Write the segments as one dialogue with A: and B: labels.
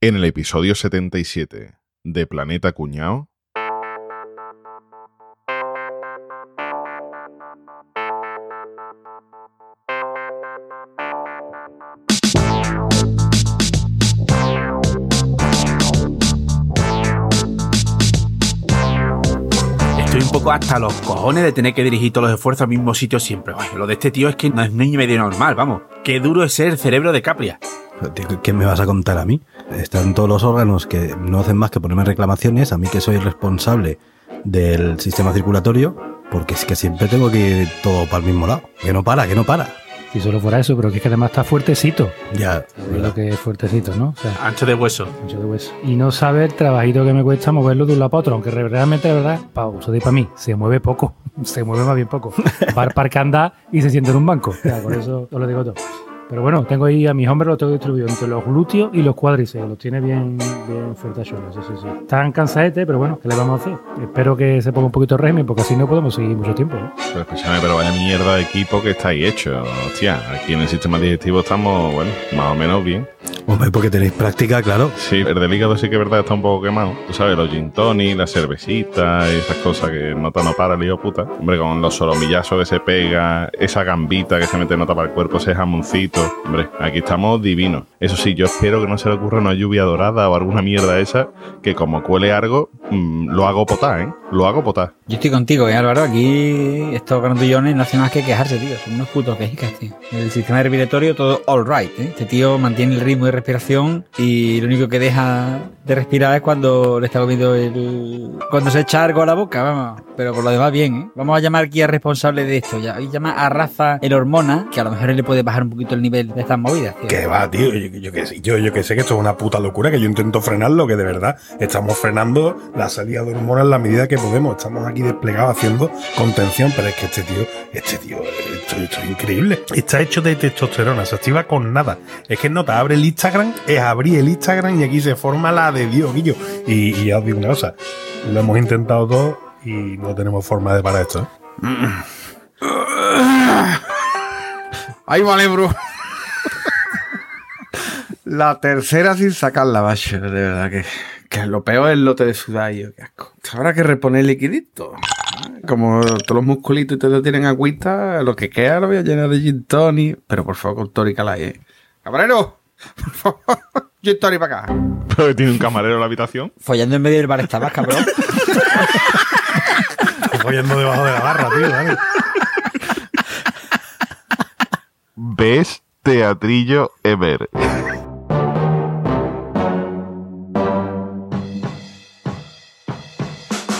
A: En el episodio 77 de Planeta Cuñao.
B: Estoy un poco hasta los cojones de tener que dirigir todos los esfuerzos al mismo sitio siempre. Oye, lo de este tío es que no es ni medio normal, vamos. Qué duro es ser el cerebro de Capria.
C: Tío, ¿Qué me vas a contar a mí? Están todos los órganos que no hacen más que ponerme reclamaciones, a mí que soy responsable del sistema circulatorio, porque es que siempre tengo que ir todo para el mismo lado. Que no para, que no para.
D: Si solo fuera eso, pero que es que además está fuertecito.
C: Ya,
D: Es lo que es fuertecito, ¿no? O sea,
B: Ancho de hueso.
D: ancho de hueso. Y no sabe el trabajito que me cuesta moverlo de un lado para otro, aunque re- realmente, la verdad, para vosotros y para mí, se mueve poco. Se mueve más bien poco. Va al parque anda y se sienta en un banco. O sea, por eso os lo digo todo. Pero bueno, tengo ahí a mis hombres, los tengo distribuidos entre los glúteos y los cuádriceps. Los tiene bien, bien fuertachones, eso sí. Están cansadetes, pero bueno, ¿qué le vamos a hacer? Espero que se ponga un poquito de régimen, porque así no podemos seguir mucho tiempo. ¿eh?
A: Pero escúchame, pero vaya mierda de equipo que estáis hecho. Hostia, aquí en el sistema digestivo estamos, bueno, más o menos bien.
C: Hombre, porque tenéis práctica, claro.
A: Sí, el del hígado sí que es verdad está un poco quemado. Tú sabes, los gin tonic, la cervecita, esas cosas que nota no para el hijo puta. Hombre, con los solomillazos que se pega, esa gambita que se mete nota para el cuerpo, ese jamoncito. Hombre, aquí estamos divinos. Eso sí, yo espero que no se le ocurra una lluvia dorada o alguna mierda esa, que como cuele algo, mm, lo hago potar, ¿eh? Lo hago potar.
E: Yo estoy contigo, ¿eh, Álvaro. Aquí estos grandullones no hacen más que quejarse, tío. Son unos putos quejicas, tío. El sistema respiratorio todo all right, ¿eh? Este tío mantiene el ritmo de respiración y lo único que deja de respirar es cuando le está comiendo el... Cuando se echa algo a la boca, vamos. Pero por lo demás, bien, ¿eh? Vamos a llamar aquí al responsable de esto. Ya. Y llama a Rafa el hormona, que a lo mejor le puede bajar un poquito el nivel de estas movidas, tío.
F: Que va, tío. Yo, yo que sé, yo, yo que sé que esto es una puta locura, que yo intento frenarlo, que de verdad estamos frenando la salida de hormonas en la medida que podemos. Estamos aquí desplegados haciendo contención, pero es que este tío, este tío, esto, esto es increíble. Está hecho de testosterona, se activa con nada. Es que nota, abre el Instagram, es abrir el Instagram y aquí se forma la de Dios, Guillo. Y, y ya os digo una cosa, lo hemos intentado todo y no tenemos forma de parar esto. ¿eh?
G: Ahí vale, bro. La tercera sin sacarla, bacho, de verdad que, que lo peor es el lote de sudario, qué asco. Habrá que reponer liquidito. Como todos los musculitos y todo tienen agüita, lo que queda lo voy a llenar de gin tonic. Pero por favor, con tónica la eh. ¡Camarero! Por favor, gin tonic para acá.
A: Pero que tiene un camarero en la habitación.
E: Follando en medio del bar estabas, cabrón.
F: Estoy yendo debajo de la barra, tío. ¿vale?
A: ¿Ves? Teatrillo Ever.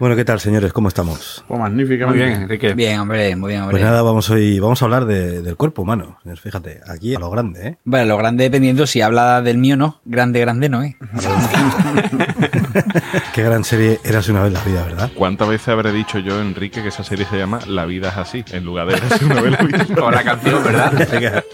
C: Bueno, ¿qué tal, señores? ¿Cómo estamos?
G: Pues magnífica,
B: Muy bien, Enrique.
E: bien, hombre, muy bien, hombre.
C: Pues nada, vamos hoy, vamos a hablar de- del cuerpo humano. señores. Fíjate, aquí a lo grande, ¿eh?
E: Bueno, lo grande dependiendo si habla del mío o no. Grande, grande no, ¿eh?
C: Qué gran serie eras una vez la vida, ¿verdad?
A: ¿Cuántas veces habré dicho yo, Enrique, que esa serie se llama La vida es así, en lugar de Érase una vez la vida?
B: Con la canción, ¿verdad?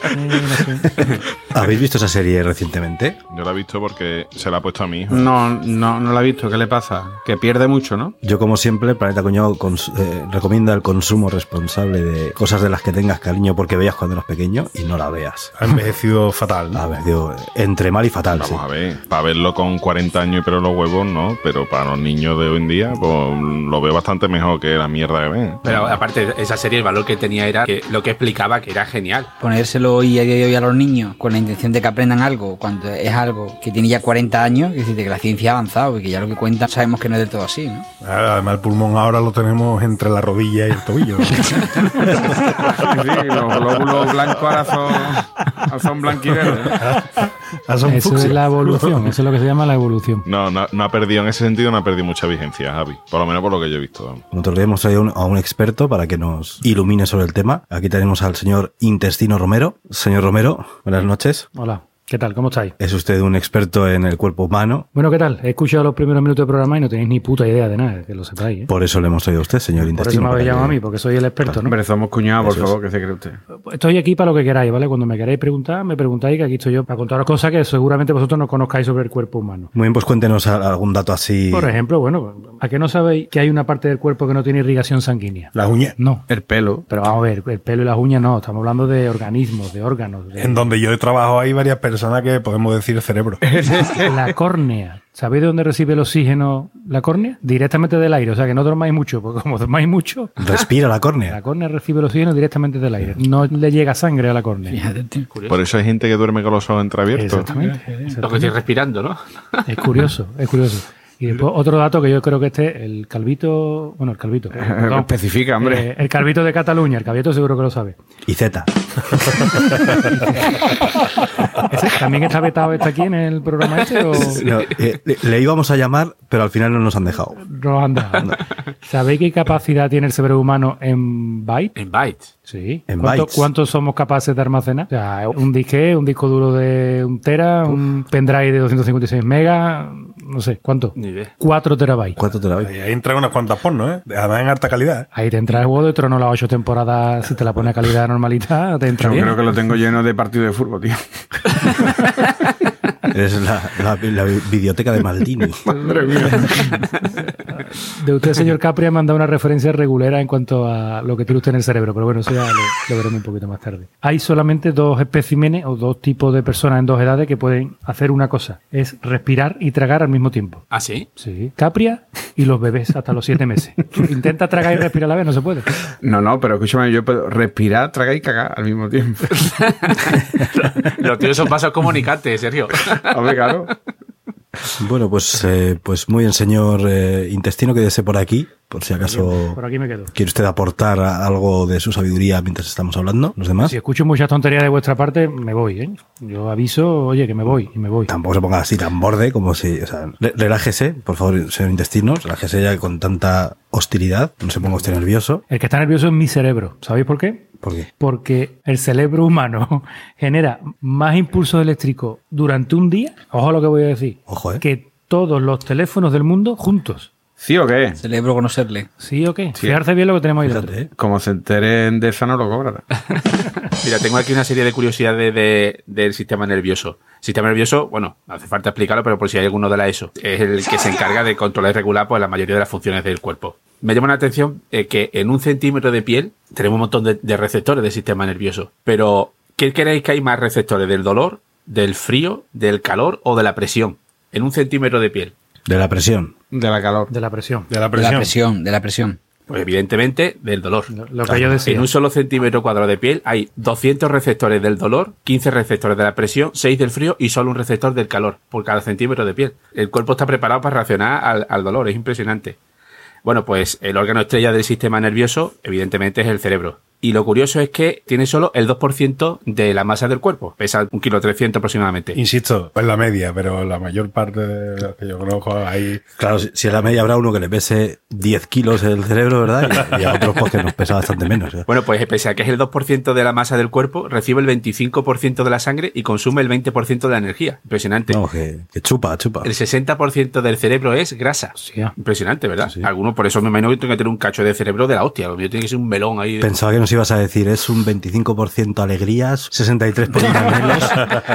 C: ¿Habéis visto esa serie recientemente?
A: Yo la he visto porque se la ha puesto a mi hijo.
G: No, no, no la he visto. ¿Qué le pasa? Que pierde mucho, ¿no?
C: Yo, como siempre, Planeta Cuñado cons- eh, recomienda el consumo responsable de cosas de las que tengas cariño porque veas cuando eras pequeño y no la veas.
F: Ha envejecido fatal, ¿no?
C: A ver, digo, entre mal y fatal,
A: Vamos
C: sí.
A: a ver, para verlo con 40 años y pero los huevos, no, pero para los niños de hoy en día, pues lo veo bastante mejor que la mierda que ven.
B: Pero aparte, esa serie, el valor que tenía era que lo que explicaba que era genial.
E: Ponérselo hoy a día de hoy a los niños con la intención de que aprendan algo, cuando es algo que tiene ya 40 años, es decir, que la ciencia ha avanzado y que ya lo que cuentan sabemos que no es del todo así, ¿no?
F: Ahora, Además, el pulmón ahora lo tenemos entre la rodilla y el tobillo. ¿no?
G: Sí, los glóbulos blancos ahora son, ahora son blanquiveros.
F: Ahora son
D: Eso es
F: fucsia.
D: la evolución, eso es lo que se llama la evolución.
A: No, no, no ha perdido, en ese sentido no ha perdido mucha vigencia, Javi. Por lo menos por lo que yo he visto.
C: Nosotros le hemos traído un- a un experto para que nos ilumine sobre el tema. Aquí tenemos al señor Intestino Romero. Señor Romero, buenas noches.
D: Hola. ¿Qué tal? ¿Cómo estáis?
C: Es usted un experto en el cuerpo humano,
D: Bueno, ¿qué tal? He escuchado los primeros minutos del programa y no tenéis ni puta idea de nada, que lo sepáis. ¿eh?
C: por eso le hemos traído a usted, señor
D: Por eso
C: Intestino.
D: me habéis
C: para
D: llamado a
C: Pues, que-
D: mí, porque soy el experto, ¿no?
G: Hombre, somos cuñados, por
C: Eso es.
G: favor, que se cree usted.
D: Estoy aquí para lo que queráis, ¿vale? Cuando me queráis preguntar, me preguntáis que aquí estoy yo para contaros cosas que seguramente vosotros no conozcáis sobre el cuerpo humano.
C: Muy bien, pues cuéntenos a- algún dato así.
D: Por ejemplo, bueno, ¿a qué no sabéis que hay una parte del cuerpo que no tiene irrigación sanguínea?
F: Las uñas.
D: No.
G: El pelo.
D: Pero vamos a ver, el pelo y las uñas no, estamos hablando de organismos, de órganos, de
F: En donde yo trabajo hay varias personas que podemos decir cerebro.
D: la córnea. ¿Sabéis de dónde recibe el oxígeno la córnea? Directamente del aire, o sea que no dormáis mucho, porque como dormáis mucho,
C: Respira la
D: la
C: córnea.
D: córnea recibe el oxígeno directamente del aire. No le llega sangre a la córnea.
E: Fíjate, tío.
A: Por eso hay gente que duerme con los ojos entreabiertos.
D: Exactamente.
B: Lo que
D: exactamente.
B: estoy respirando, ¿no?
D: Es curioso, es curioso. Y después otro dato que yo creo que este, el calvito, bueno, el calvito, Eh, perdón,
G: Especifica, hombre.
D: eh, el calvito de Cataluña, el calvito seguro que lo sabe.
C: Y Z.
D: Ese ¿También está vetado está aquí en el programa este o
C: No, eh, le, le íbamos a llamar, pero al final no nos han dejado.
D: no anda? ¿Sabéis qué capacidad tiene el cerebro humano en byte?
B: En bytes.
D: Sí.
C: En
D: ¿Cuánto-
C: bytes.
D: ¿Cuántos somos capaces de almacenar? O sea, un disque, un disco duro de un tera, un pendrive de 256 megas, no sé, ¿cuánto?
B: Ni idea.
D: 4 terabytes.
C: ¿Cuánto te la doy?
F: Ahí entran unas cuantas porno, ¿eh? Además en alta calidad.
D: Ahí te entra el juego de trono las 8 temporadas, si te la pone a calidad normalita, te entra
G: Yo
D: bien.
G: creo que lo tengo lleno de partido de fútbol, tío.
C: Es la, la- la biblioteca de Maldini.
G: Madre mía.
D: De usted, señor Capri, ha mandado una referencia regulera en cuanto a lo que tiene usted en el cerebro, pero bueno, eso ya lo, lo veremos un poquito más tarde. Hay solamente dos especímenes o dos tipos de personas en dos edades que pueden hacer una cosa, es respirar y tragar al mismo tiempo.
B: ¿Ah, sí?
D: Sí, Capria y los bebés hasta los siete meses. Intenta tragar y respirar a la vez, no se puede.
G: No, no, pero escúchame, yo puedo respirar, tragar y cagar al mismo tiempo.
B: Los tíos son vasos comunicantes, Sergio.
G: Hombre, claro.
C: Bueno, pues, eh, pues muy bien, señor eh, Intestino, quédese por aquí, por si acaso
D: Por aquí me quedo.
C: quiere usted aportar a- algo de su sabiduría mientras estamos hablando, los demás.
D: Si escucho muchas tonterías de vuestra parte, me voy, ¿eh? Yo aviso, oye, que me voy y me voy.
C: Tampoco se ponga así tan borde como si. O sea, re- relájese, por favor, señor Intestino, relájese ya con tanta hostilidad, no se ponga usted nervioso,
D: El que está nervioso es mi cerebro. ¿Sabéis por qué?
C: porque
D: porque el cerebro humano genera más impulsos eléctricos durante un día, ojo a lo que voy a decir,
C: Ojo, ¿eh?
D: que todos los teléfonos del mundo juntos.
G: ¿Sí o qué?
E: Celebro conocerle.
D: ¿Sí o qué? Fijarse bien lo que tenemos ahí dentro.
C: fíjate, ¿eh?
G: Como se enteren de esa no lo cobran.
B: Mira, tengo aquí una serie de curiosidades de- del sistema nervioso. Sistema nervioso, bueno, no hace falta explicarlo, pero por si hay alguno de la ESO, es el que se encarga de controlar y regular pues, la mayoría de las funciones del cuerpo. Me llama la atención eh, que en un centímetro de piel tenemos un montón de, de receptores del sistema nervioso, pero ¿qué creéis que hay más receptores del dolor, del frío, del calor o de la presión? En un centímetro de piel.
C: de la presión.
G: De la calor.
D: De la presión.
F: De
E: De
F: la
E: la
F: presión.
E: presión, de la presión.
B: Pues evidentemente del dolor.
D: Lo que yo
C: Ah,
D: decía.
B: En un solo centímetro cuadrado de piel hay 200 receptores del dolor, 15 receptores de la presión, 6 del frío y solo un receptor del calor por cada centímetro de piel. El cuerpo está preparado para reaccionar al, al dolor, es impresionante. Bueno, pues el órgano estrella del sistema nervioso evidentemente es el cerebro. Y lo curioso es que tiene solo el 2% de la masa del cuerpo, pesa un kilo 300 aproximadamente.
F: Insisto, es la media, pero la mayor parte de los que yo conozco ahí.
C: Claro, si, si a la media habrá uno que le pese 10 kilos el cerebro, ¿verdad? Y, y a otros pues que nos pesa bastante menos. ¿eh?
B: Bueno, pues pese a que es el 2% de la masa del cuerpo, recibe el 25% de la sangre y consume el 20% de la energía.
D: Pues,
B: Impresionante.
C: No, que, que chupa, chupa.
B: El 60% del cerebro es grasa.
D: Hostia.
B: Impresionante, ¿verdad?
C: Sí, sí.
B: Algunos, por eso me imagino que tengo que tener un cacho de cerebro de la hostia. Lo mío tiene que ser un melón ahí. de-
C: Pensaba que nos ibas a decir, es un 25% alegrías, 63% menos,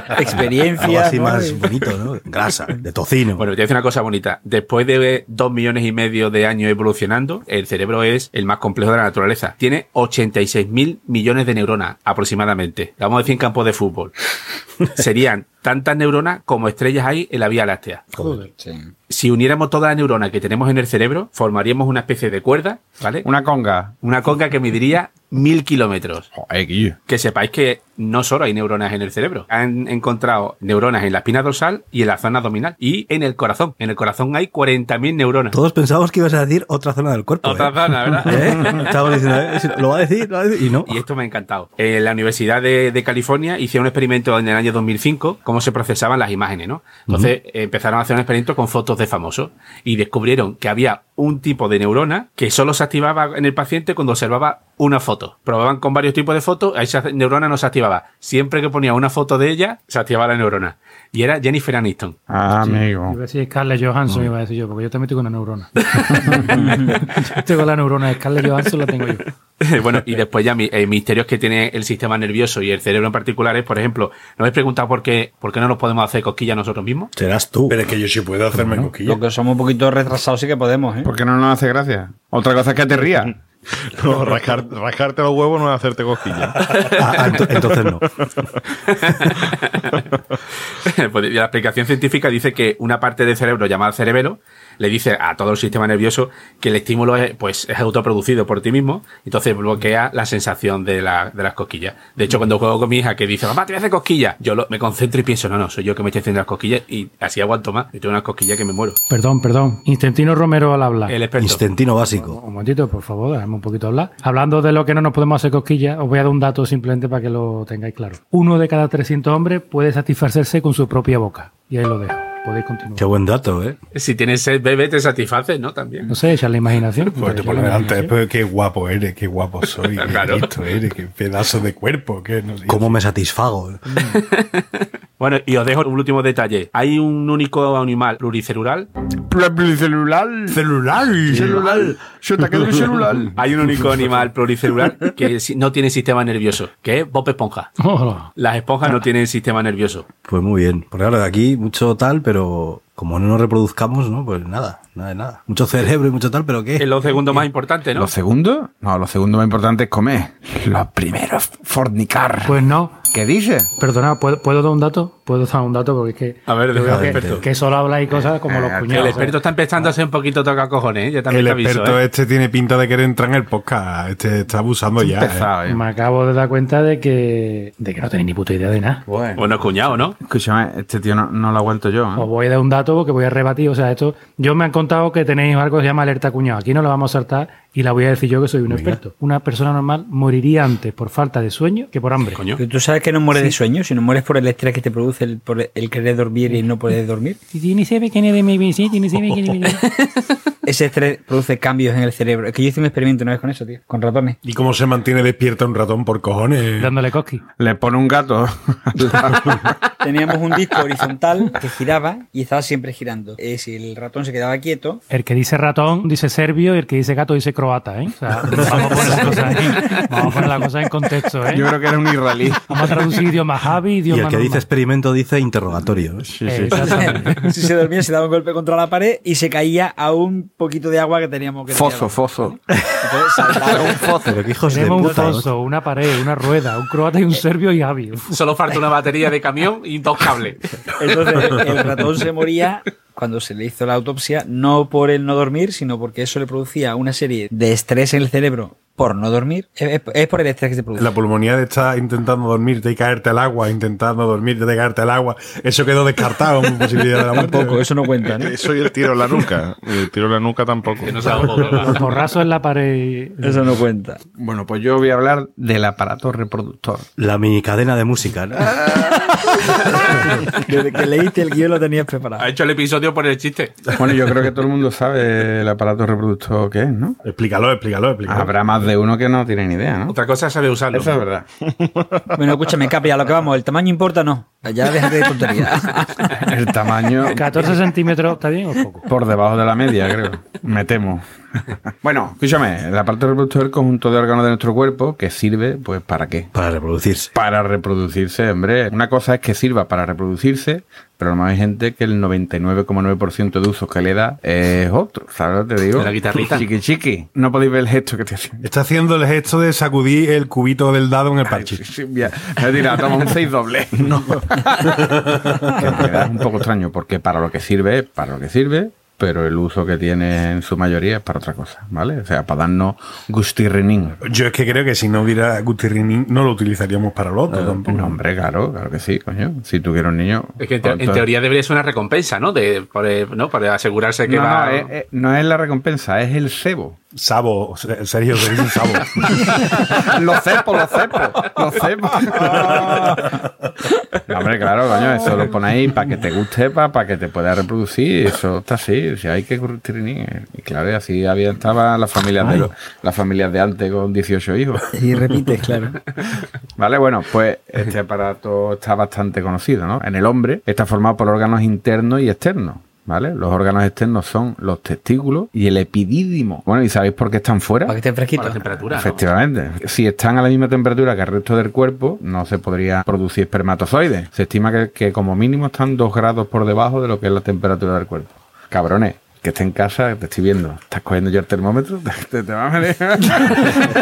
C: algo
E: Experiencia.
C: así más bonito, ¿no? Grasa, de tocino.
B: Bueno, te voy a decir una cosa bonita. Después de dos millones y medio de años evolucionando, el cerebro es el más complejo de la naturaleza. Tiene 86 mil millones de neuronas aproximadamente. Vamos a decir en campo de fútbol. Serían tantas neuronas como estrellas hay en la Vía Láctea.
C: Joder.
B: Si uniéramos todas las neuronas que tenemos en el cerebro, formaríamos una especie de cuerda, ¿vale?
G: Una conga.
B: Una conga que mediría mil kilómetros.
G: Joder, Guillo.
B: Que sepáis que no solo hay neuronas en el cerebro. Han encontrado neuronas en la espina dorsal y en la zona abdominal. Y en el corazón. En el corazón hay 40.000 neuronas.
C: Todos pensábamos que ibas a decir otra zona del cuerpo.
B: Otra
C: ¿eh?
B: zona, ¿verdad?
C: ¿Eh? Estábamos diciendo, ¿eh? Si lo va a decir, lo va a decir, y no.
B: Eh, Y esto me ha encantado. En la Universidad de, de California hicieron un experimento en el año 2005 con cómo se procesaban las imágenes, ¿no? Entonces eh, empezaron a hacer un experimento con fotos de famosos y descubrieron que había un tipo de neurona que solo se activaba en el paciente cuando observaba una foto. Probaban con varios tipos de fotos, a esa neurona no se activaba. Siempre que ponía una foto de ella, se activaba la neurona. Y era Jennifer Aniston.
G: Ah,
D: Iba
G: amigo.
D: a decir Scarlett Johansson, iba a decir yo, porque yo también tengo una neurona. yo tengo la neurona de Scarlett Johansson, la tengo yo.
B: bueno, y después ya mi- eh, misterios que tiene el sistema nervioso y el cerebro en particular es, por ejemplo, ¿no habéis preguntado por qué, por qué no nos podemos hacer cosquillas nosotros mismos?
C: Serás tú.
F: Pero es que yo sí puedo hacerme
E: Lo
F: coquillas.
E: que somos un poquito retrasados sí que podemos, ¿eh?
G: ¿Por qué no nos hace gracia? Otra cosa es que te rías.
A: No, rascar- rascarte los huevos no es hacerte cosquillas.
C: Ah, ah, ento- entonces no.
B: Pues la explicación científica dice que una parte del cerebro llamada cerebelo le dice a todo el sistema nervioso que el estímulo es, pues, es autoproducido por ti mismo, entonces bloquea la sensación de, la- de las cosquillas. De hecho, cuando juego con mi hija que dice, mamá, te voy a hacer cosquillas, yo lo- me concentro y pienso, no, no, soy yo que me estoy haciendo las cosquillas y así aguanto más. Yo tengo unas cosquillas que me muero.
D: Perdón, perdón. Instantino Romero al hablar.
B: El experto.
C: Instantino básico.
D: Un momentito, por favor, déjame un poquito hablar. Hablando de lo que no nos podemos hacer cosquillas, os voy a dar un dato simplemente para que lo tengáis claro. Uno de cada 300 hombres puede satisfacerse con su propia boca. Y ahí lo dejo. Podéis continuar.
C: Qué buen dato, ¿eh?
B: Si tienes sed, bebé, te satisfaces, ¿no? También.
D: No sé, echar la imaginación.
F: Pues te
D: Echar la
F: pones delante
D: imaginación.
F: después, qué guapo eres, qué guapo pues, soy, qué
B: Claro.
F: listo eres, qué pedazo de cuerpo, qué no sé.
C: ¿Cómo me satisfago?
B: Bueno, y os dejo un último detalle. Hay un único animal pluricelular.
G: Celular.
F: celular.
G: Celular. Yo te quedo el celular.
B: Hay un único animal pluricelular que si- no tiene sistema nervioso, que es Bob Esponja.
D: Oh,
B: Las esponjas no tienen sistema nervioso.
C: Pues muy bien. Porque claro, de aquí mucho tal, pero como no nos reproduzcamos, ¿no? Pues nada, nada de nada. Mucho cerebro y mucho tal, pero ¿qué?
B: Es lo segundo más importante, ¿no?
G: Lo segundo, no, lo segundo más importante es comer. Lo primero es fornicar.
D: pues no.
G: ¿Qué dice?
D: Perdona, ¿puedo, puedo dar un dato? Puedo dar un dato porque es que.
B: A ver, de
D: yo
B: verdad,
D: creo
B: experto.
D: que, que solo habláis cosas como los
G: Eh,
B: El
D: puñados.
B: experto está empezando a ser un poquito toca cojones, ya también
F: El
B: te aviso.
F: experto
B: ¿eh?
F: este tiene pinta de querer entrar en el podcast. Este está abusando ya. ¿eh?
G: Pesado, eh.
D: Me acabo de dar cuenta de que, de que no tenéis ni puta idea de nada.
B: Bueno, cuñado, Pues ¿no?
G: Escúchame, este tío no, no lo aguanto yo. ¿eh?
D: Os voy a dar un dato porque voy a rebatir. O sea, esto. Yo me han contado que tenéis algo que se llama alerta cuñado. Aquí no lo vamos a saltar y la voy a decir yo que soy un experto. Una persona normal moriría antes por falta de sueño que por hambre.
B: Coño.
E: Pero tú sabes que no mueres de sueño, si no mueres por el estrés que te produce el, por el querer dormir y no poder dormir.
D: Y tiene sabe quién es de mi bici, tiene sabe quién es de mi bici.
E: Ese estrés produce cambios en el cerebro. Es que yo hice un experimento una vez con eso, tío, con ratones.
F: ¿Y cómo se mantiene despierta un ratón por cojones?
D: Dándole cosqui.
G: Le pone un gato.
E: Teníamos un disco horizontal que giraba y estaba siempre girando. Eh, si el ratón se quedaba quieto,
D: El que dice ratón dice serbio y el que dice gato dice croata, ¿eh? O sea, vamos a poner las cosas en, vamos a poner las cosas en contexto, ¿eh?
G: yo creo que era un israelí.
D: Vamos a traducir idioma Javi,
C: Y
D: idioma
C: el que dice experimento dice interrogatorio. ¿eh?
G: Sí, sí.
D: Exactamente.
E: si se dormía, se daba un golpe contra la pared y se caía a un poquito de agua que teníamos que tirar.
G: Foso, foso.
E: Entonces saltaba.
C: Pero qué hijos de
D: Tenemos un
C: puta. ¿eh?
D: foso, una pared, una rueda, un croata y un serbio y Javi.
B: Solo falta una batería de camión y dos cables.
E: Entonces el ratón se moría cuando se le hizo la autopsia, no por el no dormir, sino porque eso le producía una serie de estrés en el cerebro por no dormir. Es, es- es por el estrés que se produce.
F: La pulmonía de estar intentando dormirte y caerte al agua, intentando dormirte y caerte al agua. Eso quedó descartado como posibilidad de la muerte.
E: Tampoco, eso no cuenta, ¿no?
A: Eso y el tiro en la nuca. Y el tiro en la nuca tampoco.
B: Que no se ahogó, ¿verdad?
D: Los borrazos en la pared.
E: Eso no cuenta.
G: Bueno, pues yo voy a hablar del aparato reproductor.
C: La mini cadena de música, ¿no?
E: Desde que leíste el guión lo tenías
B: Ha
E: preparado.
B: hecho el episodio por el chiste.
G: Bueno, yo creo que todo el mundo sabe el aparato reproductor que es, ¿no?
F: Explícalo, explícalo, explícalo.
G: Habrá más de uno que no tiene ni idea, ¿no?
B: Otra cosa es saber usarlo.
G: Eso es verdad.
E: Bueno, escúchame, Capri, a lo que vamos, el tamaño importa, no. Ya déjate de tonterías.
G: El tamaño
D: 14 centímetros, ¿está bien o poco?
G: por debajo de la media, creo. Me temo. Bueno, escúchame, el aparato reproductor es el conjunto de órganos de nuestro cuerpo que sirve, pues, ¿para qué?
C: Ah, Para reproducirse.
G: Para reproducirse, hombre. Una cosa es que sirva para reproducirse, pero lo más hay gente que el 99,9% de usos que le da es otro. ¿Sabes lo que te digo?
B: La guitarrita.
G: Chiqui chiqui. No podéis ver el gesto que estoy haciendo.
F: Está haciendo el gesto de sacudir el cubito del dado en el
G: Sí,
F: parche.
G: sí, mira, me dirá, toma un 6 doble. No. es un poco extraño, porque para lo que sirve, es para lo que sirve, pero el uso que tiene en su mayoría es para otra cosa, ¿vale? O sea, para darnos gustirrinín.
F: Yo es que creo que si no hubiera Gutirrini no lo utilizaríamos para lo
C: Eh,
F: otro tampoco.
G: No, hombre, claro, claro que sí, coño. Si tuviera un niño.
B: Es
G: pues
B: que en, te- en
G: entonces-
B: teoría debería ser una recompensa, ¿no? De, por, eh, ¿no? Para asegurarse que
G: No,
B: va.
G: no, es, es- no es la recompensa, es el cebo.
F: Sabo, o sea, Sergio, se dice Sabo.
G: Los cepos, los cepos, los cepos. No, hombre, claro, coño, eso lo ponéis para que te guste, para que te pueda reproducir. Eso está así, si hay que trinir. Y claro, y así había estaba las familias de los- las familias de antes con 18 hijos.
E: Y repites, claro.
G: Vale, bueno, pues este aparato está bastante conocido, ¿no? En el hombre está formado por órganos internos y externos. ¿Vale? Los órganos externos son los testículos y el epidídimo. Bueno, ¿y sabéis por qué están fuera?
E: Para que esté fresquito.
B: Para la temperatura. ¿no?
G: Efectivamente. Si están a la misma temperatura que el resto del cuerpo, no se podría producir espermatozoides. Se estima que, que como mínimo están dos grados por debajo de lo que es la temperatura del cuerpo. Cabrones, que esté en casa, te estoy viendo. ¿Estás cogiendo yo el termómetro? Te, te- te vas a venir.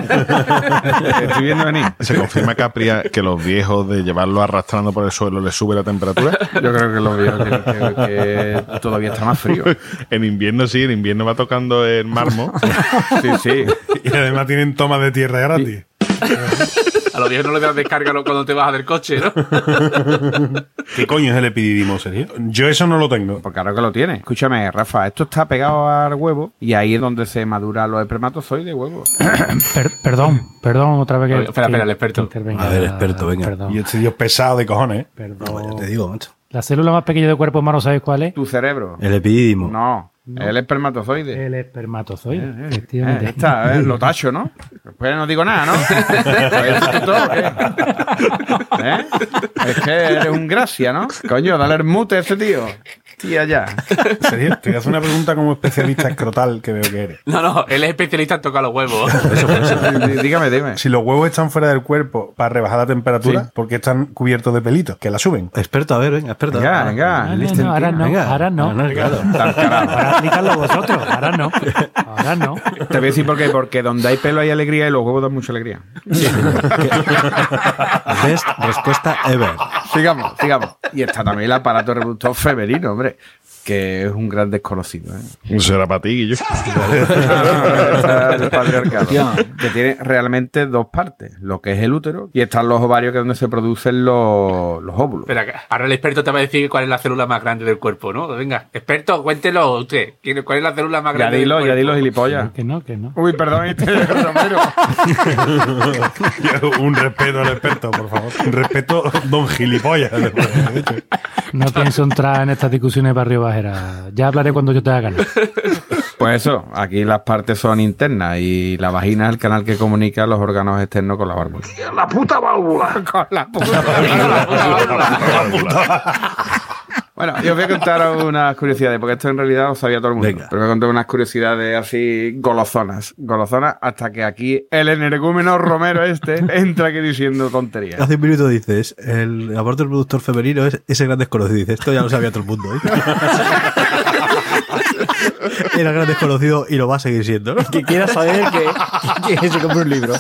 G: te estoy viendo venir.
A: ¿Se confirma, Capri, que los viejos de llevarlo arrastrando por el suelo le sube la temperatura?
G: Yo creo que lo veo que, que- que todavía está más frío.
A: En invierno sí, en invierno va tocando el mármol.
G: Sí, sí.
F: Y además tienen tomas de tierra gratis.
B: A los viejos no le das descárgalo cuando te bajas del coche, ¿no?
F: ¿Qué coño es el epididimo, Sergio? Yo eso no lo tengo.
G: Pues claro que lo tiene. Escúchame, Rafa, esto está pegado al huevo y ahí es donde se madura los espermatozoides, huevo.
D: Per- perdón, perdón, otra vez que.
B: Oye, espera,
D: que-
B: espera, el experto.
D: que intervenga.
C: A ver, experto, venga.
D: Perdón.
F: Y este tío es pesado de cojones. ¿eh?
D: perdón.
C: Bueno, ya te digo, macho.
D: La célula más pequeña del cuerpo humano, ¿sabes cuál es?
G: Tu cerebro.
C: El epididimo.
G: No, el espermatozoide.
D: El espermatozoide,
G: Eh,
D: efectivamente.
G: está, a ver, lo tacho, ¿no? Después no digo nada, ¿no? Pues, ¿tú todo, qué? ¿Eh? Es que eres un gracia, ¿no? Coño, dale el mute a ese tío. Tía, ya.
F: Sergio, te voy a hacer una pregunta como especialista escrotal que veo que eres.
B: No, no, él es especialista en tocar los huevos.
G: Dí- Dígame, dime.
F: Si los huevos están fuera del cuerpo para rebajar la temperatura, ¿por qué están cubiertos de pelitos? Que la suben.
C: Experto, a ver, venga, experto. Ah,
G: Venga,
D: No,
G: venga.
D: no, no, ahora no,
C: venga. Ah,
D: ahora no.
C: claro.
D: Ahora aplicarlo vosotros, ahora no. Ahora no.
G: Te voy a decir por qué. Porque donde hay pelo hay alegría y los huevos dan mucha alegría.
C: Best respuesta ever.
G: Sigamos, sigamos. Y está también el aparato reproductor femenino, hombre. Que es un gran desconocido. ¿eh?
A: Será para ti, Guillo.
G: El patriarcado. que tiene realmente dos partes, lo que es el útero y están los ovarios que es donde se producen los, los óvulos.
B: Espera, que ahora el experto te va a decir cuál es la célula más grande del cuerpo, ¿no? Venga, experto, cuéntelo usted. ¿Quién- ¿Cuál es la célula más
G: ya
B: grande
G: dilo,
B: del
G: ya
B: cuerpo?
G: dilo, gilipollas.
D: Que no, que no.
G: Uy, perdón, este Romero.
F: Un respeto al experto, por favor. Un respeto, don gilipollas. le puedo haber dicho.
D: No pienso entrar en estas discusiones barrio bajera. Ya hablaré cuando yo te haga ganas.
G: Pues eso, aquí las partes son internas y la vagina es el canal que comunica los órganos externos con la válvula.
H: La puta válvula.
G: Con la puta. Bueno, yo os voy a contar unas curiosidades, porque esto en realidad lo sabía todo el mundo.
C: Venga.
G: Pero voy a contar unas curiosidades así golozonas. Golozonas hasta que aquí el energúmeno Romero este entra aquí diciendo tonterías.
C: Hace un minuto dices, el aborto del productor femenino es ese gran desconocido. Dices, esto ya lo sabía todo el mundo. ¿eh? Era gran desconocido y lo va a seguir siendo. ¿no?
E: Que quiera saber que, que, que se compre un libro.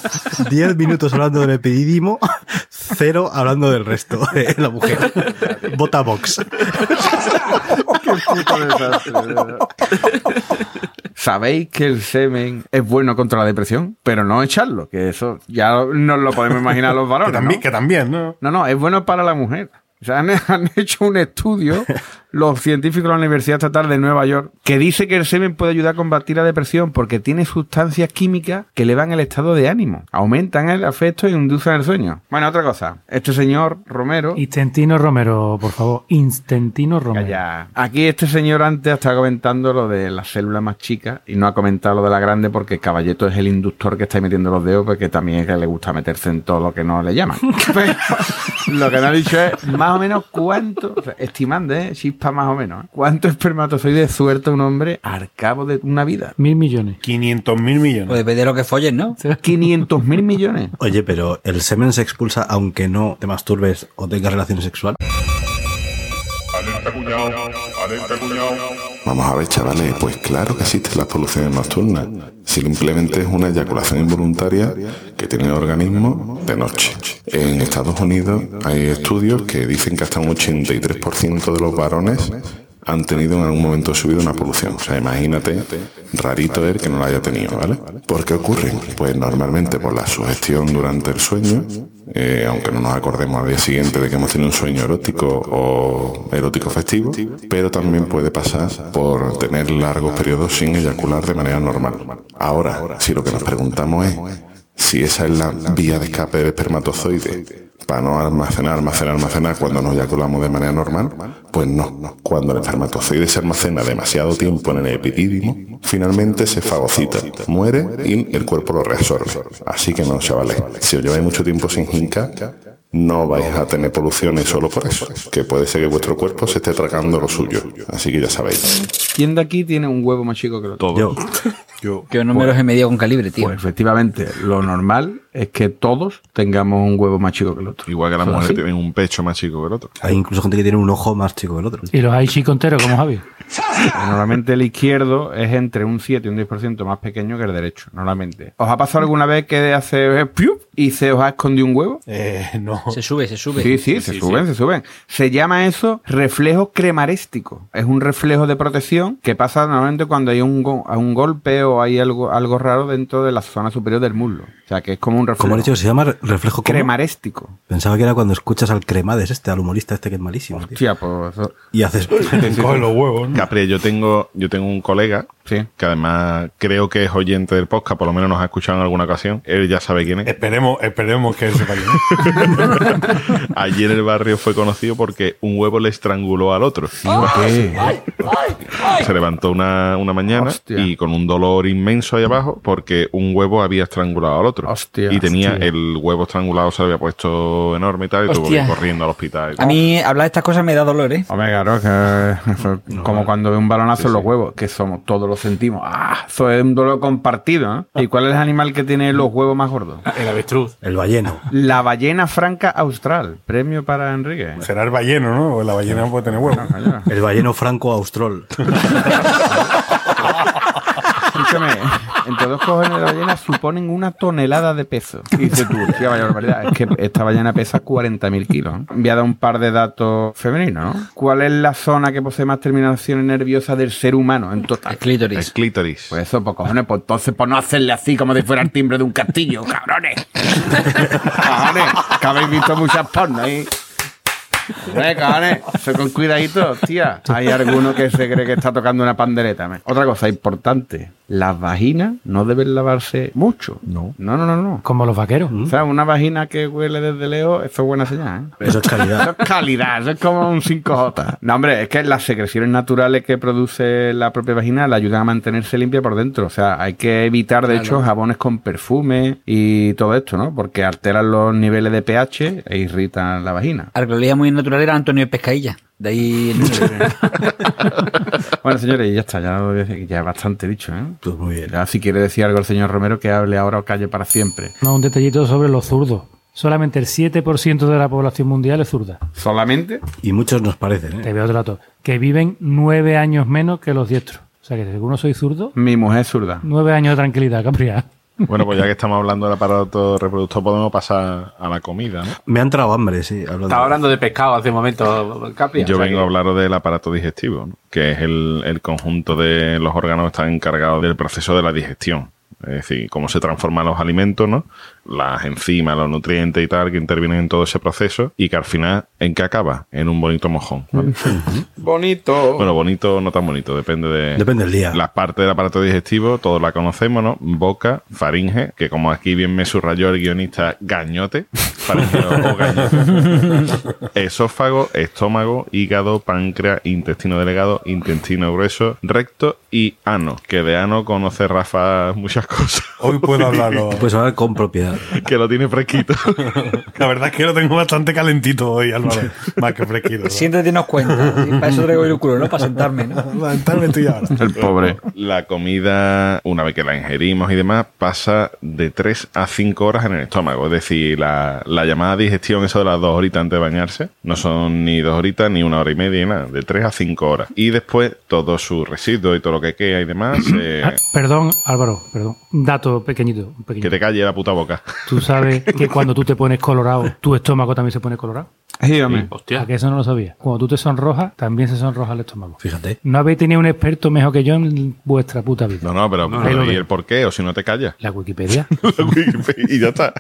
C: 10 minutos hablando del epididimo, cero hablando del resto de la mujer. Vota Vox.
G: Qué puto desastre, de verdad. ¿Sabéis que el semen es bueno contra la depresión? Pero no echarlo, que eso ya nos lo podemos imaginar los
F: Que
G: varones.
F: también,
G: ¿no?
F: que también, ¿no?
G: No, no, es bueno para la mujer. O sea, han, han hecho un estudio, los científicos de la Universidad Estatal de Nueva York, que dice que el semen puede ayudar a combatir la depresión porque tiene sustancias químicas que elevan el estado de ánimo, aumentan el afecto y inducen el sueño. Bueno, otra cosa. Este señor Romero...
D: Instantino Romero, por favor. Instantino Romero.
G: Calla. Aquí este señor antes estaba comentando lo de la célula más chica y no ha comentado lo de la grande porque Caballeto es el inductor que está ahí metiendo los dedos porque también es que le gusta meterse en todo lo que no le llaman. Pero lo que no ha dicho es más o menos cuánto, o sea, estimando, ¿eh? chispa más o menos, ¿eh? cuánto espermatozoides suelta un hombre al cabo de una vida.
D: Mil millones.
F: 500 mil
E: Pues
F: millones.
E: depende de lo que follen, ¿no?
G: 500 mil millones.
C: Oye, pero el semen se expulsa aunque no te masturbes o tengas relaciones sexuales.
I: Vamos a ver, chavales, pues claro que existen las poluciones nocturnas. Simplemente es una eyaculación involuntaria que tiene el organismo de noche. En Estados Unidos hay estudios que dicen que hasta un 83% de los varones han tenido en algún momento de su vida una polución. O sea, imagínate, rarito es que no la haya tenido, ¿vale? ¿Por qué ocurren? Pues normalmente por la sugestión durante el sueño, eh, aunque no nos acordemos al día siguiente de que hemos tenido un sueño erótico o erótico festivo, pero también puede pasar por tener largos periodos sin eyacular de manera normal. Ahora, si lo que nos preguntamos es si esa es la vía de escape del espermatozoide para no almacenar, almacenar, almacenar cuando nos eyaculamos de manera normal, pues no. Cuando el espermatozoide se almacena demasiado tiempo en el epidídimo, finalmente se fagocita, muere y el cuerpo lo reabsorbe. Así que no, chavales, si os lleváis mucho tiempo sin jinca, no vais a tener poluciones solo por eso, que puede ser que vuestro cuerpo se esté tragando lo suyo. Así que ya sabéis.
G: ¿Quién de aquí tiene un huevo más chico que el otro?
A: Todo.
C: Yo,
F: Yo,
E: Que no me los he medido con calibre, tío.
G: Pues efectivamente, lo normal es que todos tengamos un huevo más chico que el otro.
A: Igual que las
G: ¿Son
A: mujeres
G: así?
A: tienen un pecho más chico que el otro.
C: hay incluso gente que tiene un ojo más chico que el otro.
D: Y los hay chicos enteros, como Javi.
G: Normalmente el izquierdo es entre un 7 y un 10% más pequeño que el derecho, normalmente. ¿Os ha pasado alguna vez que hace eh, ¡piu! y se os ha escondido un huevo?
F: eh, no.
E: Se sube, se sube.
G: pues, Sí, sí, se suben, se suben. Se llama eso reflejo cremaréstico. Es un reflejo de protección que pasa normalmente cuando hay un, go- un golpe o hay algo, algo raro dentro de la zona superior del muslo. O sea, que es como un reflejo
C: Como han dicho, se llama reflejo ¿cómo?
G: cremaréstico.
C: Pensaba que era cuando escuchas al cremades este, al humorista este que es malísimo. tío.
G: Hostia, pues eso-
C: Y haces.
F: Te coge los huevos. ¿no?
A: Capri, yo tengo, yo tengo un colega
G: Sí.
A: que además creo que es oyente del podcast, por lo menos nos ha escuchado en alguna ocasión. Él ya sabe quién es.
F: Esperemos, esperemos que se vaya.
A: Allí en el barrio fue conocido porque un huevo le estranguló al otro.
G: Ah.
A: Se levantó una, una mañana
G: Hostia.
A: y con un dolor inmenso ahí abajo porque un huevo había estrangulado al otro.
G: Hostia,
A: y tenía
G: hostia.
A: el huevo estrangulado, se había puesto enorme y tal, y tuvo que ir
E: Hostia.
A: corriendo al hospital. y
E: A
A: tal.
E: mí hablar de estas cosas me da dolor, ¿eh?
G: Hombre, claro, que eso es como cuando ve un balonazo en los huevos, que somos, todos lo sentimos. ¡Ah! Eso es un dolor compartido, ¿no? ¿Y cuál es el animal que tiene los huevos más gordos?
B: El avestruz.
C: El balleno.
G: La ballena franca austral. Premio para Enrique.
F: Será el balleno, ¿no? Porque la ballena no puede tener huevos.
C: El balleno franco austrol.
G: Escúchame, entre dos cojones de ballena suponen una tonelada de peso. Y dices tú, hostia, vaya barbaridad. Es que esta ballena pesa 40.000 kilos. Voy a dar un par de datos femeninos. ¿no? ¿Cuál es la zona que posee más terminaciones nerviosas del ser humano en total?
E: El clítoris.
A: El clítoris.
G: Pues eso, pues cojones, pues entonces, pues no hacerle así como si fuera el timbre de un castillo, cabrones. cabrones, que habéis visto muchas porno ahí. Hombre, cabrones, eso con cuidadito, tía. Hay alguno que se cree que está tocando una pandereta. me. Otra cosa importante, las vaginas no deben lavarse mucho. No. No, no, no, no.
D: Como los vaqueros.
C: Mm.
G: O sea, una vagina que huele desde lejos, eso es buena señal, ¿eh?
C: Eso es calidad.
G: Eso es calidad, eso es como un 5J. No, hombre, es que las secreciones naturales que produce la propia vagina la ayudan a mantenerse limpia por dentro. O sea, hay que evitar, de hecho, jabones con perfume y todo esto, ¿no? Porque alteran los niveles de pH e irritan la vagina.
E: Al que lo leía muy natural era Antonio Pescadilla. De ahí el nombre.
G: Bueno, señores, y ya está, ya, lo voy a decir, ya es bastante dicho, ¿eh?
C: Pues muy bien.
G: Ya, si quiere decir algo el señor Romero, que hable ahora o calle para siempre.
D: No, un detallito sobre los zurdos. Solamente el 7% de la población mundial es zurda.
G: Solamente
C: Y muchos nos parecen,
D: Te
C: ¿eh?
D: veo otro dato. Que viven nueve años menos que los diestros. O sea que si alguno soy zurdo,
G: mi mujer es zurda.
D: nueve años de tranquilidad, Capria.
E: Eh.
A: Bueno, pues ya que estamos hablando del aparato reproductor, podemos pasar a la comida, ¿no?
C: Me han entrado hambre, sí. hablando.
B: Estaba hablando de pescado hace un momento, Capri.
A: Yo
B: o sea
A: vengo a
B: que-
A: hablaros del aparato digestivo, ¿no? que es el, el conjunto de los órganos que están encargados del proceso de la digestión. Es decir, cómo se transforman los alimentos, ¿no? Las enzimas, los nutrientes y tal, que intervienen en todo ese proceso y que al final, ¿en qué acaba? En un bonito mojón. ¿vale?
B: Mm.
G: Bonito.
A: Bueno, bonito o no tan bonito, depende de...
C: Depende del día.
A: Las partes del aparato digestivo, todos la conocemos, ¿no? Boca, faringe, que como aquí bien me subrayó el guionista, gañote, faringe o o gañote. Esófago, estómago, hígado, páncreas, intestino delgado, intestino grueso, recto y ano, que de ano conoce Rafa muchas cosas,
F: Hoy puedo hablarlo.
C: Pues hablar con propiedad.
A: que lo tiene fresquito.
F: La verdad es que lo tengo bastante calentito hoy, Álvaro. Más que fresquito. ¿no?
E: Siéntate y nos cuenta. Y Para eso traigo el culo, ¿no? Para sentarme, ¿no?
F: Lamentablemente estoy ahora.
G: El pobre.
A: La comida, una vez que la ingerimos y demás, pasa de 3 a 5 horas en el estómago. Es decir, la, la llamada digestión, eso de las dos horitas antes de bañarse, no son ni dos horitas ni una hora y media, ni nada, de 3 a 5 horas. Y después todo su residuo y todo lo que queda y demás, eh,
D: Ah, Perdón, Álvaro, perdón. Un dato pequeñito. un
A: que
D: pequeñito.
A: te calle la puta boca.
D: Tú sabes que cuando tú te pones colorado, tu estómago también se pone colorado.
G: Sí, hombre.
D: ¿A
B: Hostia.
D: que eso no lo sabía? Cuando tú te sonrojas, también se sonroja el estómago.
C: Fíjate.
D: No habéis tenido un experto mejor que yo en vuestra puta vida.
A: No, no, pero,
D: No,
A: pero
D: no, no.
A: ¿y el por qué? O si no te callas.
D: La Wikipedia.
A: y ya está.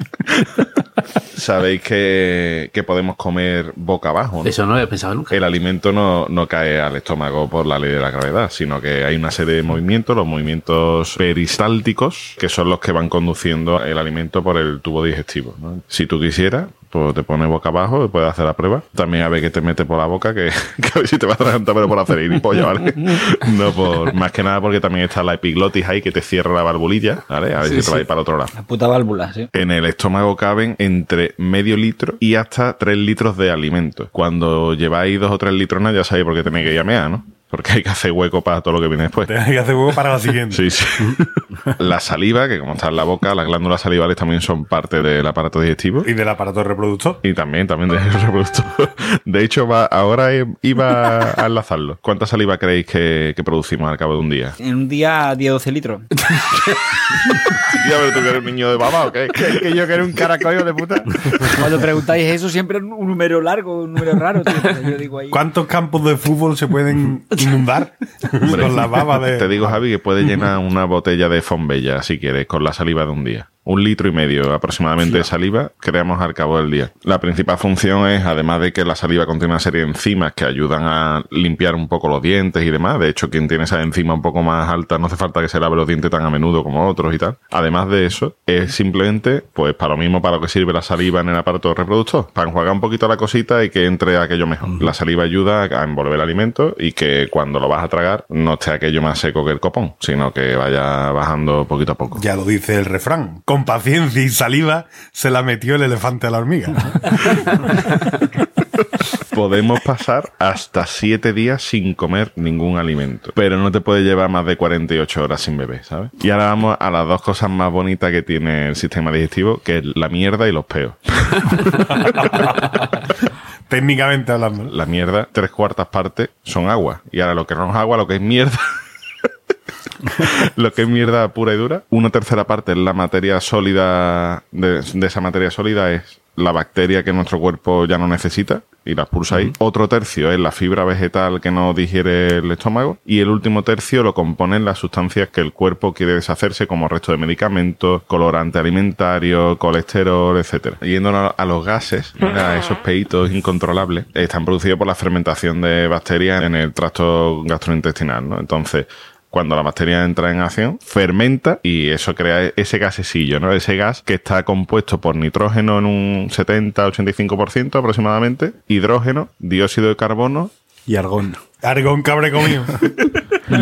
A: Sabéis que, que podemos comer boca abajo, ¿no?
B: Eso no lo he pensado nunca.
A: El alimento no, no cae al estómago por la ley de la gravedad, sino que hay una serie de movimientos, los movimientos peristálticos, que son los que van conduciendo el alimento por el tubo digestivo. ¿no? Si tú quisieras, pues te pones boca abajo y puedes hacer la prueba. También a ver qué te mete por la boca, que, que a ver si te vas a atragantar, pero por hacer gilipollas, ¿vale? No por, más que nada porque también está la epiglotis ahí que te cierra la valvulilla, ¿vale? A ver si te va a ir para otro lado.
E: La puta válvula, sí.
A: En el estómago caben entre medio litro y hasta tres litros de alimento. Cuando lleváis dos o tres litronas ya sabéis por qué tenéis que llamear, ¿no? Porque hay que hacer hueco para todo lo que viene después.
F: Hay que hacer huevo para la siguiente.
A: Sí, sí. la saliva, que como está en la boca, las glándulas salivales también son parte del aparato digestivo.
F: Y del aparato reproductor.
A: Y también, también de reproductor. De hecho, va, ahora eh, iba a enlazarlo. ¿Cuánta saliva creéis que, que producimos al cabo de un día?
E: En un día 10-12 litros.
A: Tía, pero tú que eres un niño de baba o qué?
G: Que, que yo que era un caracol hijo de puta.
E: Cuando preguntáis eso, siempre es un número largo, un número raro. tío. Entonces Yo digo ahí.
F: ¿Cuántos campos de fútbol se pueden inundar
A: Hombre,
F: con la baba de.?
A: Te digo, Javi, que puedes llenar una botella de Fombella, si quieres, con la saliva de un día. Un litro y medio aproximadamente de saliva creamos al cabo del día. La principal función es, además de que la saliva contiene una serie de enzimas que ayudan a limpiar un poco los dientes y demás. De hecho, quien tiene esa enzima un poco más alta no hace falta que se lave los dientes tan a menudo como otros y tal. Además de eso, es simplemente, pues, para lo mismo para lo que sirve la saliva en el aparato reproductor. Para enjuagar un poquito la cosita y que entre aquello mejor. La saliva ayuda a envolver el alimento y que cuando lo vas a tragar no esté aquello más seco que el copón, sino que vaya bajando poquito a poco.
F: Ya lo dice el refrán. Con paciencia y saliva se la metió el elefante a la hormiga.
A: Podemos pasar hasta 7 días sin comer ningún alimento, pero no te puede llevar más de 48 horas sin beber, ¿sabes? Y ahora vamos a las dos cosas más bonitas que tiene el sistema digestivo, que es la mierda y los peos.
F: Técnicamente hablando.
A: La mierda, tres cuartas partes son agua. Y ahora lo que no es agua, lo que es mierda. lo que es mierda pura y dura. Una tercera parte es la materia sólida. De, de esa materia sólida es la bacteria que nuestro cuerpo ya no necesita y la expulsa ahí. Otro tercio es la fibra vegetal que no digiere el estómago. Y el último tercio lo componen las sustancias que el cuerpo quiere deshacerse, como resto de medicamentos, colorante alimentario, colesterol, etcétera. Yéndonos a los gases, a esos peitos incontrolables, están producidos por la fermentación de bacterias en el tracto gastrointestinal, ¿no? Entonces, cuando la bacteria entra en acción, fermenta y eso crea ese gasecillo, ¿no? Ese gas que está compuesto por nitrógeno en un 70-85% aproximadamente, hidrógeno, dióxido de carbono,
C: Y argón.
F: Argón cabre comido.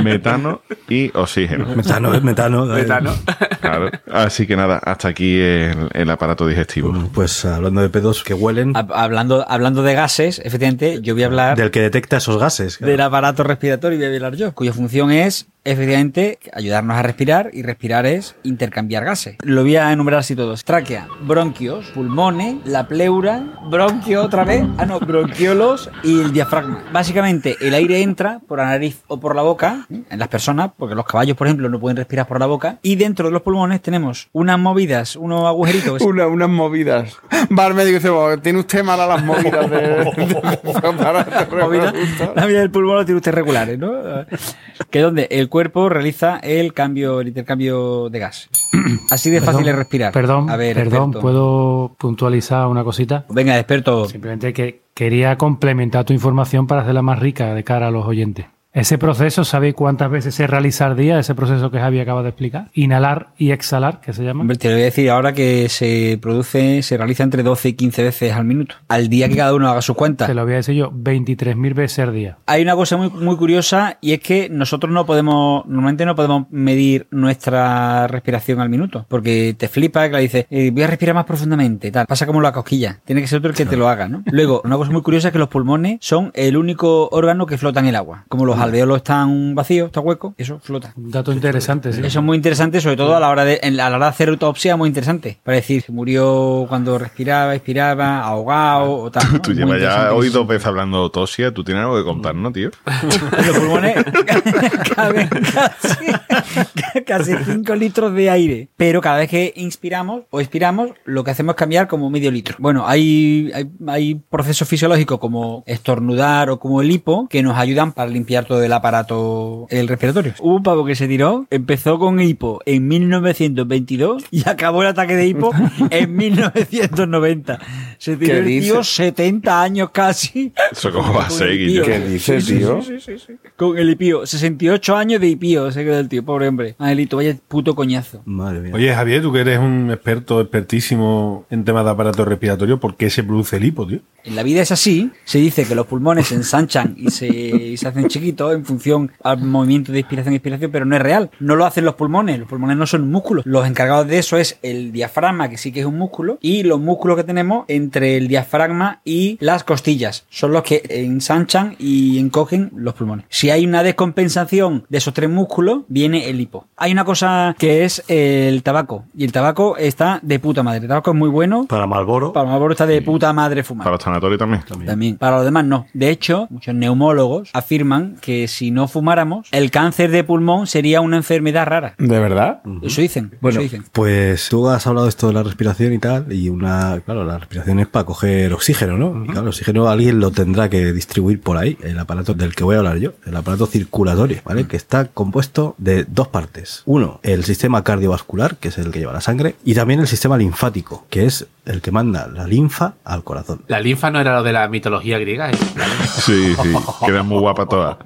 A: metano y oxígeno.
C: Metano, ¿eh? metano.
B: Metano.
A: Claro. Así que nada, hasta aquí el, el aparato digestivo.
C: Pues hablando de pedos que huelen,
E: Hab- Hablando, hablando de gases, efectivamente, yo voy a hablar
C: del que detecta esos gases.
E: del aparato respiratorio, voy a hablar yo, cuya función es, efectivamente, ayudarnos a respirar y respirar es intercambiar gases. Lo voy a enumerar así todos. Tráquea, bronquios, pulmones, la pleura, bronquio otra vez, ah no, bronquiolos y el diafragma. Básicamente, el aire entra por la nariz o por la boca, ¿eh? en las personas, porque los caballos, por ejemplo, no pueden respirar por la boca, y dentro de los pulmones tenemos unas movidas, unos agujeritos. que se-
G: Una- unas movidas. Va al médico y dice, "Bueno, tiene usted mala las movidas de... de- de- de-
E: Móvil, La vida del pulmón lo tiene usted regulares, ¿no? Que es donde el cuerpo realiza el cambio, el intercambio de gas. Así de fácil es respirar.
D: Perdón,
E: A ver,
D: perdón,
E: experto.
D: ¿puedo puntualizar una cosita?
E: Venga, experto.
D: Simplemente que quería complementar tu información para hacerla más rica de cara a los oyentes. Ese proceso, ¿sabéis cuántas veces se realiza al día? Ese proceso que Javi acaba de explicar. Inhalar y exhalar, que se llama.
E: Hombre, te lo voy a decir ahora que se produce, se realiza entre 12 y 15 veces al minuto. Al día que cada uno haga su cuenta.
D: Te lo voy a decir yo, 23.000 veces al día.
E: Hay una cosa muy, muy curiosa y es que nosotros no podemos, normalmente no podemos medir nuestra respiración al minuto, porque te flipa que le dices, eh, voy a respirar más profundamente, tal. Pasa como la cosquilla, tiene que ser otro el que te lo haga, ¿no? Luego, una cosa muy curiosa es que los pulmones son el único órgano que flota en el agua, como los alveolos están vacíos, está hueco, eso flota.
D: Un dato interesante, sí.
E: Eso es muy interesante, sobre todo a la hora de, en la- a la hora de hacer autopsia, muy interesante. Para decir, se murió cuando respiraba, expiraba, ahogado o tal. ¿no?
A: Tú
E: Muy
A: llevas ya
E: interesante
A: hoy
E: eso.
A: dos veces hablando de autopsia, tú tienes algo que contar, ¿no, tío?
E: Los pulmones caben casi, casi 5 litros de aire. Pero cada vez que inspiramos o expiramos, lo que hacemos es cambiar como medio litro. Bueno, hay, hay, hay procesos fisiológicos como estornudar o como el hipo que nos ayudan para limpiar todo el aparato el respiratorio. Hubo un pavo que se tiró, empezó con hipo en 1922 y acabó el ataque de hipo en 1990. Se tiró
G: ¿Qué
E: el tío
G: dices?
E: 70 años casi
A: Eso cómo va a
E: Uy,
A: ser,
E: tío.
A: Guillo.
G: ¿Qué dices, tío?
E: con el hipío. 68 años de hipío se quedó el tío, pobre hombre. Angelito, vaya puto coñazo.
C: Madre mía.
F: Oye, Javier, tú que eres un experto, expertísimo en temas de aparato respiratorio, ¿por qué se produce el hipo, tío?
E: En la vida es así. Se dice que los pulmones se ensanchan y se, y se hacen chiquitos en función al movimiento de inspiración e expiración, pero no es real. No lo hacen los pulmones. Los pulmones no son músculos. Los encargados de eso es el diafragma, que sí que es un músculo, y los músculos que tenemos entre el diafragma y las costillas. Son los que ensanchan y encogen los pulmones. Si hay una descompensación de esos tres músculos, viene el hipo. Hay una cosa que es el tabaco. Y el tabaco está de puta madre. El tabaco es muy bueno.
H: Para Malboro.
E: Para Marlboro está de puta madre fumar.
A: Para los sanatorios también.
E: También. Para los demás no. De hecho, muchos neumólogos afirman que si no fumáramos, el cáncer de pulmón sería una enfermedad rara.
G: ¿De verdad?
E: Eso dicen.
C: Bueno,
E: eso dicen.
C: pues tú has hablado de esto de la respiración y tal, y una, claro, la respiración es para coger oxígeno, ¿no? Y claro, el oxígeno alguien lo tendrá que distribuir por ahí, el aparato del que voy a hablar yo, el aparato circulatorio, ¿vale? Que está compuesto de dos partes. Uno, el sistema cardiovascular, que es el que lleva la sangre, y también el sistema linfático, que es el que manda la linfa al corazón.
B: La linfa no era lo de la mitología griega. ¿eh?
A: Sí, sí. Quedan muy guapa todas.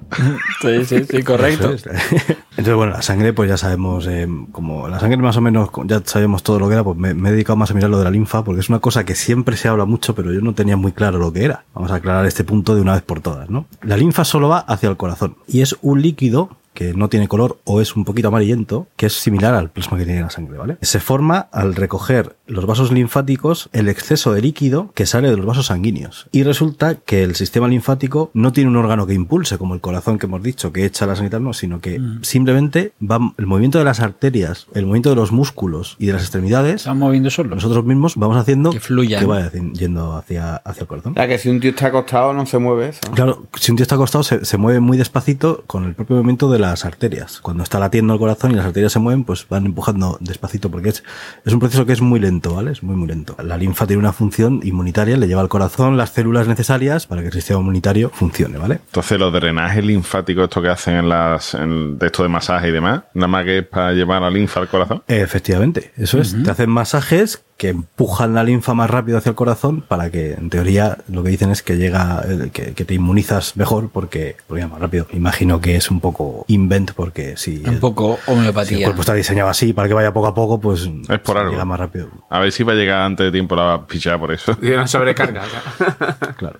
G: Sí, sí, sí, correcto.
C: Eso es. Entonces, bueno, la sangre, pues ya sabemos, eh, como la sangre más o menos, ya sabemos todo lo que era, pues me, me he dedicado más a mirar lo de la linfa, porque es una cosa que siempre se habla mucho, pero yo no tenía muy claro lo que era. Vamos a aclarar este punto de una vez por todas, ¿no? La linfa solo va hacia el corazón y es un líquido que no tiene color o es un poquito amarillento, que es similar al plasma que tiene la sangre, ¿vale? Se forma al recoger los vasos linfáticos el exceso de líquido que sale de los vasos sanguíneos. Y resulta que el sistema linfático no tiene un órgano que impulse, como el corazón que hemos dicho, que echa la sangre, y tal, no, sino que
E: Mm.
C: simplemente va el movimiento de las arterias, el movimiento de los músculos y de las extremidades,
E: Estamos moviendo solo.
C: nosotros mismos vamos haciendo
E: Que fluyan.
C: que vaya yendo hacia, hacia el corazón.
G: O sea, que si un tío está acostado no se mueve eso.
C: Claro, si un tío está acostado se, se mueve muy despacito con el propio movimiento de las arterias. Cuando está latiendo el corazón y las arterias se mueven, pues van empujando despacito porque es, es un proceso que es muy lento, ¿vale? Es muy, muy lento. La linfa tiene una función inmunitaria, le lleva al corazón las células necesarias para que el sistema inmunitario funcione, ¿vale?
A: Entonces, los drenajes linfáticos, esto que hacen en las, en- de esto de masaje y demás, nada más que es para llevar la linfa al corazón.
C: Efectivamente, eso es. Te hacen masajes que empujan la linfa más rápido hacia el corazón para que, en teoría, lo que dicen es que llega, eh, que, que te inmunizas mejor porque, porque va más rápido. Imagino que es un poco invent porque si...
E: Un poco
C: Si Pues, el
E: homeopatía.
C: cuerpo está diseñado así para que vaya poco a poco, pues
A: Es por algo.
C: llega más rápido.
A: A ver si va a llegar antes de tiempo la pichada por eso.
B: Y una sobrecarga. o sea.
C: Claro.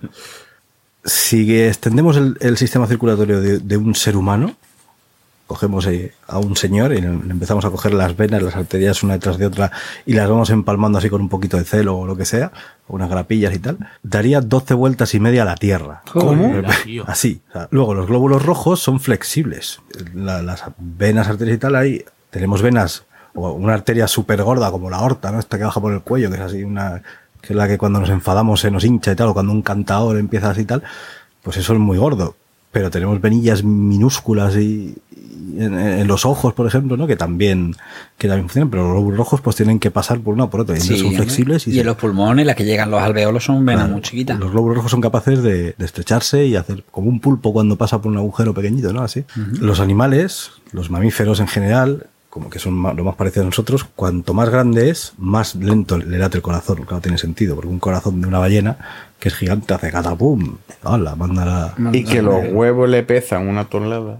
C: Si extendemos el, el sistema circulatorio de, de un ser humano, cogemos eh, a un señor y le empezamos a coger las venas, las arterias una detrás de otra y las vamos empalmando así con un poquito de celo o lo que sea, o unas grapillas y tal, daría 12 vueltas y media a la Tierra.
B: ¿Cómo?
C: Así. O sea, luego, los glóbulos rojos son flexibles. La- las venas, arterias y tal, ahí tenemos venas o una arteria súper gorda como la aorta, ¿no? Esta que baja por el cuello, que es así una... que es la que cuando nos enfadamos se nos hincha y tal, o cuando un cantador empieza así y tal, pues eso es muy gordo. Pero tenemos venillas minúsculas y, y en, en los ojos, por ejemplo, ¿no? Que también, que también funcionan, pero los glóbulos rojos pues tienen que pasar por una o por otra. Y entonces
E: Sí,
C: son
E: hombre.
C: flexibles y,
E: y
C: se-
E: en los pulmones, las que llegan los alveolos son venas
C: Claro,
E: muy chiquitas.
C: Los glóbulos rojos son capaces de, de estrecharse y hacer como un pulpo cuando pasa por un agujero pequeñito, ¿no? Así. Los animales, los mamíferos en general, como que son ma- lo más parecido a nosotros, cuanto más grande es, más lento le late el corazón. Claro, tiene sentido, porque un corazón de una ballena que es gigante hace catapum. ¡Hala! Manda la.
G: Y que los huevos le pesan una tonelada.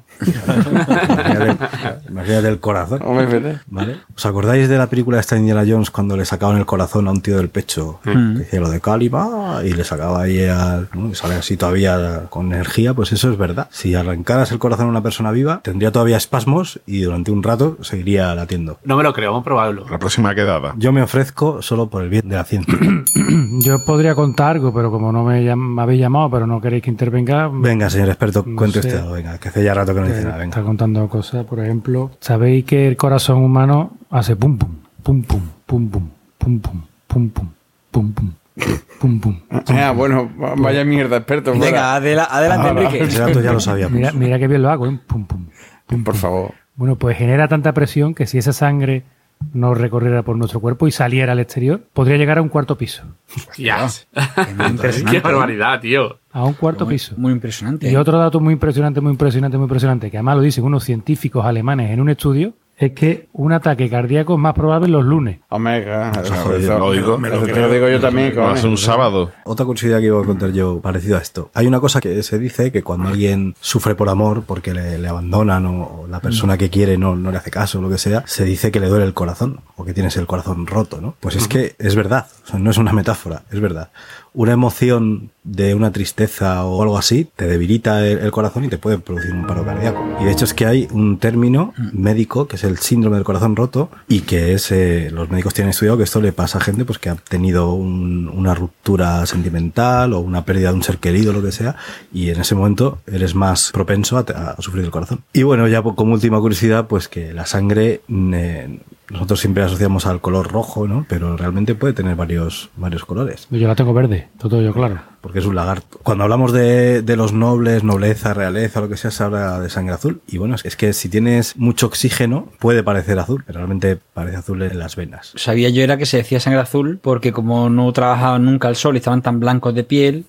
C: Imagínate, imagínate el corazón.
G: Hombre, ¿verdad?
C: ¿Vale? ¿Os acordáis de la película esta de Indiana Jones cuando le sacaban el corazón a un tío del pecho? Que decía lo de Calima y le sacaba ahí al. ¿no? Y sale así todavía con energía, pues eso es verdad. Si arrancaras el corazón a una persona viva, tendría todavía espasmos y durante un rato seguiría latiendo.
B: No me lo creo, vamos a probarlo.
A: La próxima quedada.
C: Yo me ofrezco solo por el bien de la ciencia.
D: Yo podría contar algo, pero pero como no me, llam- me habéis llamado, pero no queréis que intervenga,
C: Venga, señor experto,
D: No
C: cuente
D: sé. Eh,
C: usted algo, venga, que hace ya rato que no
D: que
C: dice nada,
D: está
C: venga.
D: contando cosas. Por ejemplo, sabéis que el corazón humano hace pum pum, pum pum, pum pum, pum pum, pum pum, pum pum, pum pum.
G: Ah, bueno, va- vaya mierda, experto. fuera.
E: Venga, adela-
C: Ah,
E: adelante, Enrique.
C: Ese dato ya lo sabíamos.
D: Mira, mira qué bien lo hago, ¿eh? Pum pum. pum,
G: Por
D: pum.
G: favor.
D: Bueno, pues genera tanta presión que si esa sangre no recorriera por nuestro cuerpo y saliera al exterior, podría llegar a un cuarto piso.
B: Hostias.
E: Impresionante,
B: Qué barbaridad, tío.
D: A un cuarto
E: muy,
D: piso.
E: muy impresionante.
D: Y otro dato muy impresionante, muy impresionante, muy impresionante, que además lo dicen unos científicos alemanes en un estudio, es que un ataque cardíaco es más probable los lunes.
G: Omega,
A: joder,
G: eso-
A: lo oigo.
G: eso te lo digo yo también.
A: Lo hace
G: cojones.
A: un sábado.
C: Otra curiosidad que iba a contar yo parecido a esto. Hay una cosa que se dice que cuando alguien sufre por amor porque le, le abandonan o, o la persona que quiere no, no le hace caso o lo que sea, se dice que le duele el corazón o que tienes el corazón roto, ¿no? Pues es que es verdad, o sea, no es una metáfora, es verdad. Una emoción de una tristeza o algo así te debilita el, el corazón y te puede producir un paro cardíaco. Y de hecho es que hay un término médico que es el síndrome del corazón roto y que es, eh, los médicos tienen estudiado que esto le pasa a gente pues que ha tenido un- una ruptura sentimental o una pérdida de un ser querido, lo que sea, y en ese momento eres más propenso a, te- a sufrir el corazón. Y bueno, ya po- como última curiosidad, pues que la sangre... mm, eh, nosotros siempre asociamos al color rojo, ¿no? Pero realmente puede tener varios, varios colores
D: Yo la tengo verde, todo yo claro.
C: porque es un lagarto. Cuando hablamos de, de los nobles, nobleza, realeza, lo que sea, se habla de sangre azul. Y bueno, es que si tienes mucho oxígeno, puede parecer azul, pero realmente parece azul en las venas.
E: Sabía yo era que se decía sangre azul porque como no trabajaban nunca al sol y estaban tan blancos de piel,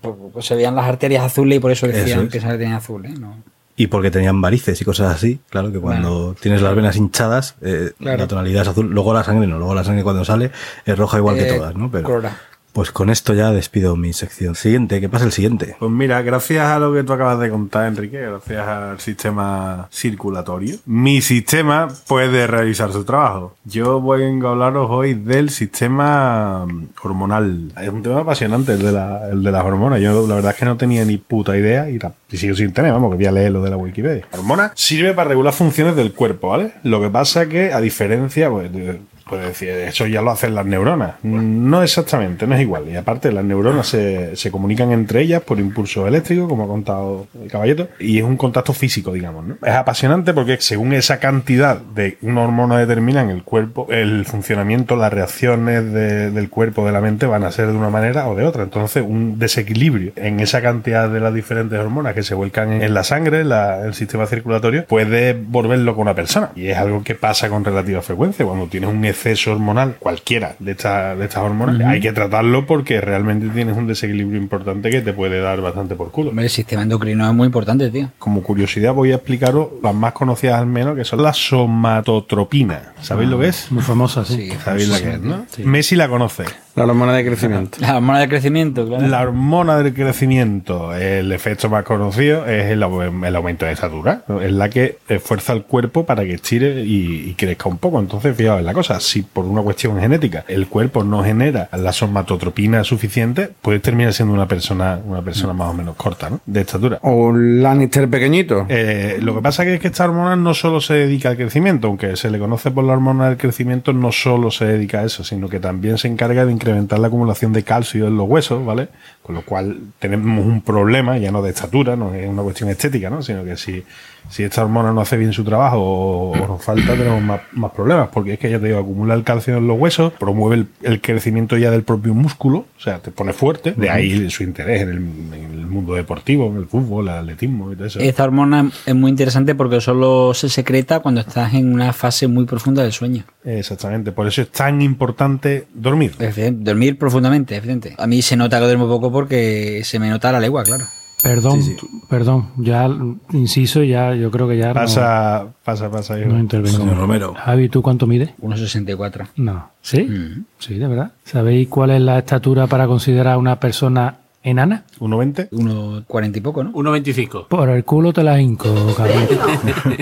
E: pues, pues se veían las arterias azules y por eso decían
C: Eso es.
E: que sangre tenía azul. ¿eh? No.
C: Y porque tenían varices y cosas así, claro que cuando tienes las venas hinchadas, eh, la tonalidad es azul. Luego la sangre no, luego la sangre cuando sale es roja igual que
E: Eh,
C: todas, ¿no? Pero,
E: colorada.
C: pues con esto ya despido mi sección. Siguiente, que pasa el siguiente.
F: Pues mira, gracias a lo que tú acabas de contar, Enrique, gracias al sistema circulatorio, mi sistema puede realizar su trabajo. Yo vengo a hablaros hoy del sistema mm, hormonal. Es un tema apasionante el de, la- el de las hormonas. Yo la verdad es que no tenía ni puta idea y, la- y sigo sin tener, vamos, que voy a leer lo de la Wikipedia. Hormona sirve para regular funciones del cuerpo, ¿vale? Lo que pasa que, a diferencia, pues, de- pues decir, eso ya lo hacen las neuronas. No exactamente, no es igual. Y aparte, las neuronas se, se comunican entre ellas por impulsos eléctricos, como ha contado el caballeto, y es un contacto físico, digamos. ¿no? Es apasionante porque según esa cantidad de una hormona determina en el cuerpo, el funcionamiento, las reacciones de- del cuerpo, de la mente, van a ser de una manera o de otra. Entonces, un desequilibrio en esa cantidad de las diferentes hormonas que se vuelcan en, en la sangre, en la- el sistema circulatorio, puede volverlo con una persona. Y es algo que pasa con relativa frecuencia. Cuando tienes un exceso hormonal, cualquiera de, esta- de estas hormonas, hay que tratarlo porque realmente tienes un desequilibrio importante que te puede dar bastante por culo.
E: Hombre, el sistema endocrino es muy importante, tío.
F: Como curiosidad voy a explicaros las más conocidas al menos, que son las somatotropinas. ¿Sabéis lo que es?
D: Muy famosa, sí.
F: Sabéis la que es, ¿no? Messi la conoce.
G: La hormona de crecimiento.
E: La hormona de crecimiento, claro.
F: La hormona del crecimiento, el efecto más conocido es el, au- el aumento de estatura, ¿no? es la que esfuerza el cuerpo para que estire y, y crezca un poco. Entonces, fijaos en la cosa, si por una cuestión genética el cuerpo no genera la somatotropina suficiente, pues termina siendo una persona, una persona más o menos corta, ¿no? De estatura.
G: O un Lannister pequeñito.
F: Eh, lo que pasa que es que esta hormona no solo se dedica al crecimiento, aunque se le conoce por la hormona del crecimiento, no solo se dedica a eso, sino que también se encarga de incrementar la acumulación de calcio en los huesos, ¿vale? Con lo cual tenemos un problema, ya no de estatura, no es una cuestión estética, ¿no? Sino que si, si esta hormona no hace bien su trabajo o, o nos falta, tenemos más, más problemas, porque es que ya te digo, acumula el calcio en los huesos, promueve el, el crecimiento ya del propio músculo, o sea, te pone fuerte, de ahí su interés en el, en el mundo deportivo, en el fútbol, el atletismo y todo eso.
E: Esta hormona es muy interesante porque solo se secreta cuando estás en una fase muy profunda del sueño.
F: Exactamente, por eso es tan importante dormir.
E: Es decir, dormir profundamente, es evidente. A mí se nota que duermo poco porque se me nota la legua, claro.
D: Perdón, perdón, ya inciso, ya yo creo que ya no-
F: Pasa, pasa, pasa.
D: no,
F: hijo.
D: intervengo.
C: Señor Romero.
D: Javi, ¿tú cuánto mides?
E: 1,64.
D: No. ¿Sí?
E: Mm.
D: Sí, de verdad. ¿Sabéis cuál es la estatura para considerar una persona enana?
F: ¿Un 90?
E: 1,40 y poco, ¿no?
B: 1.25.
D: Por el culo te la hinco, cabrón.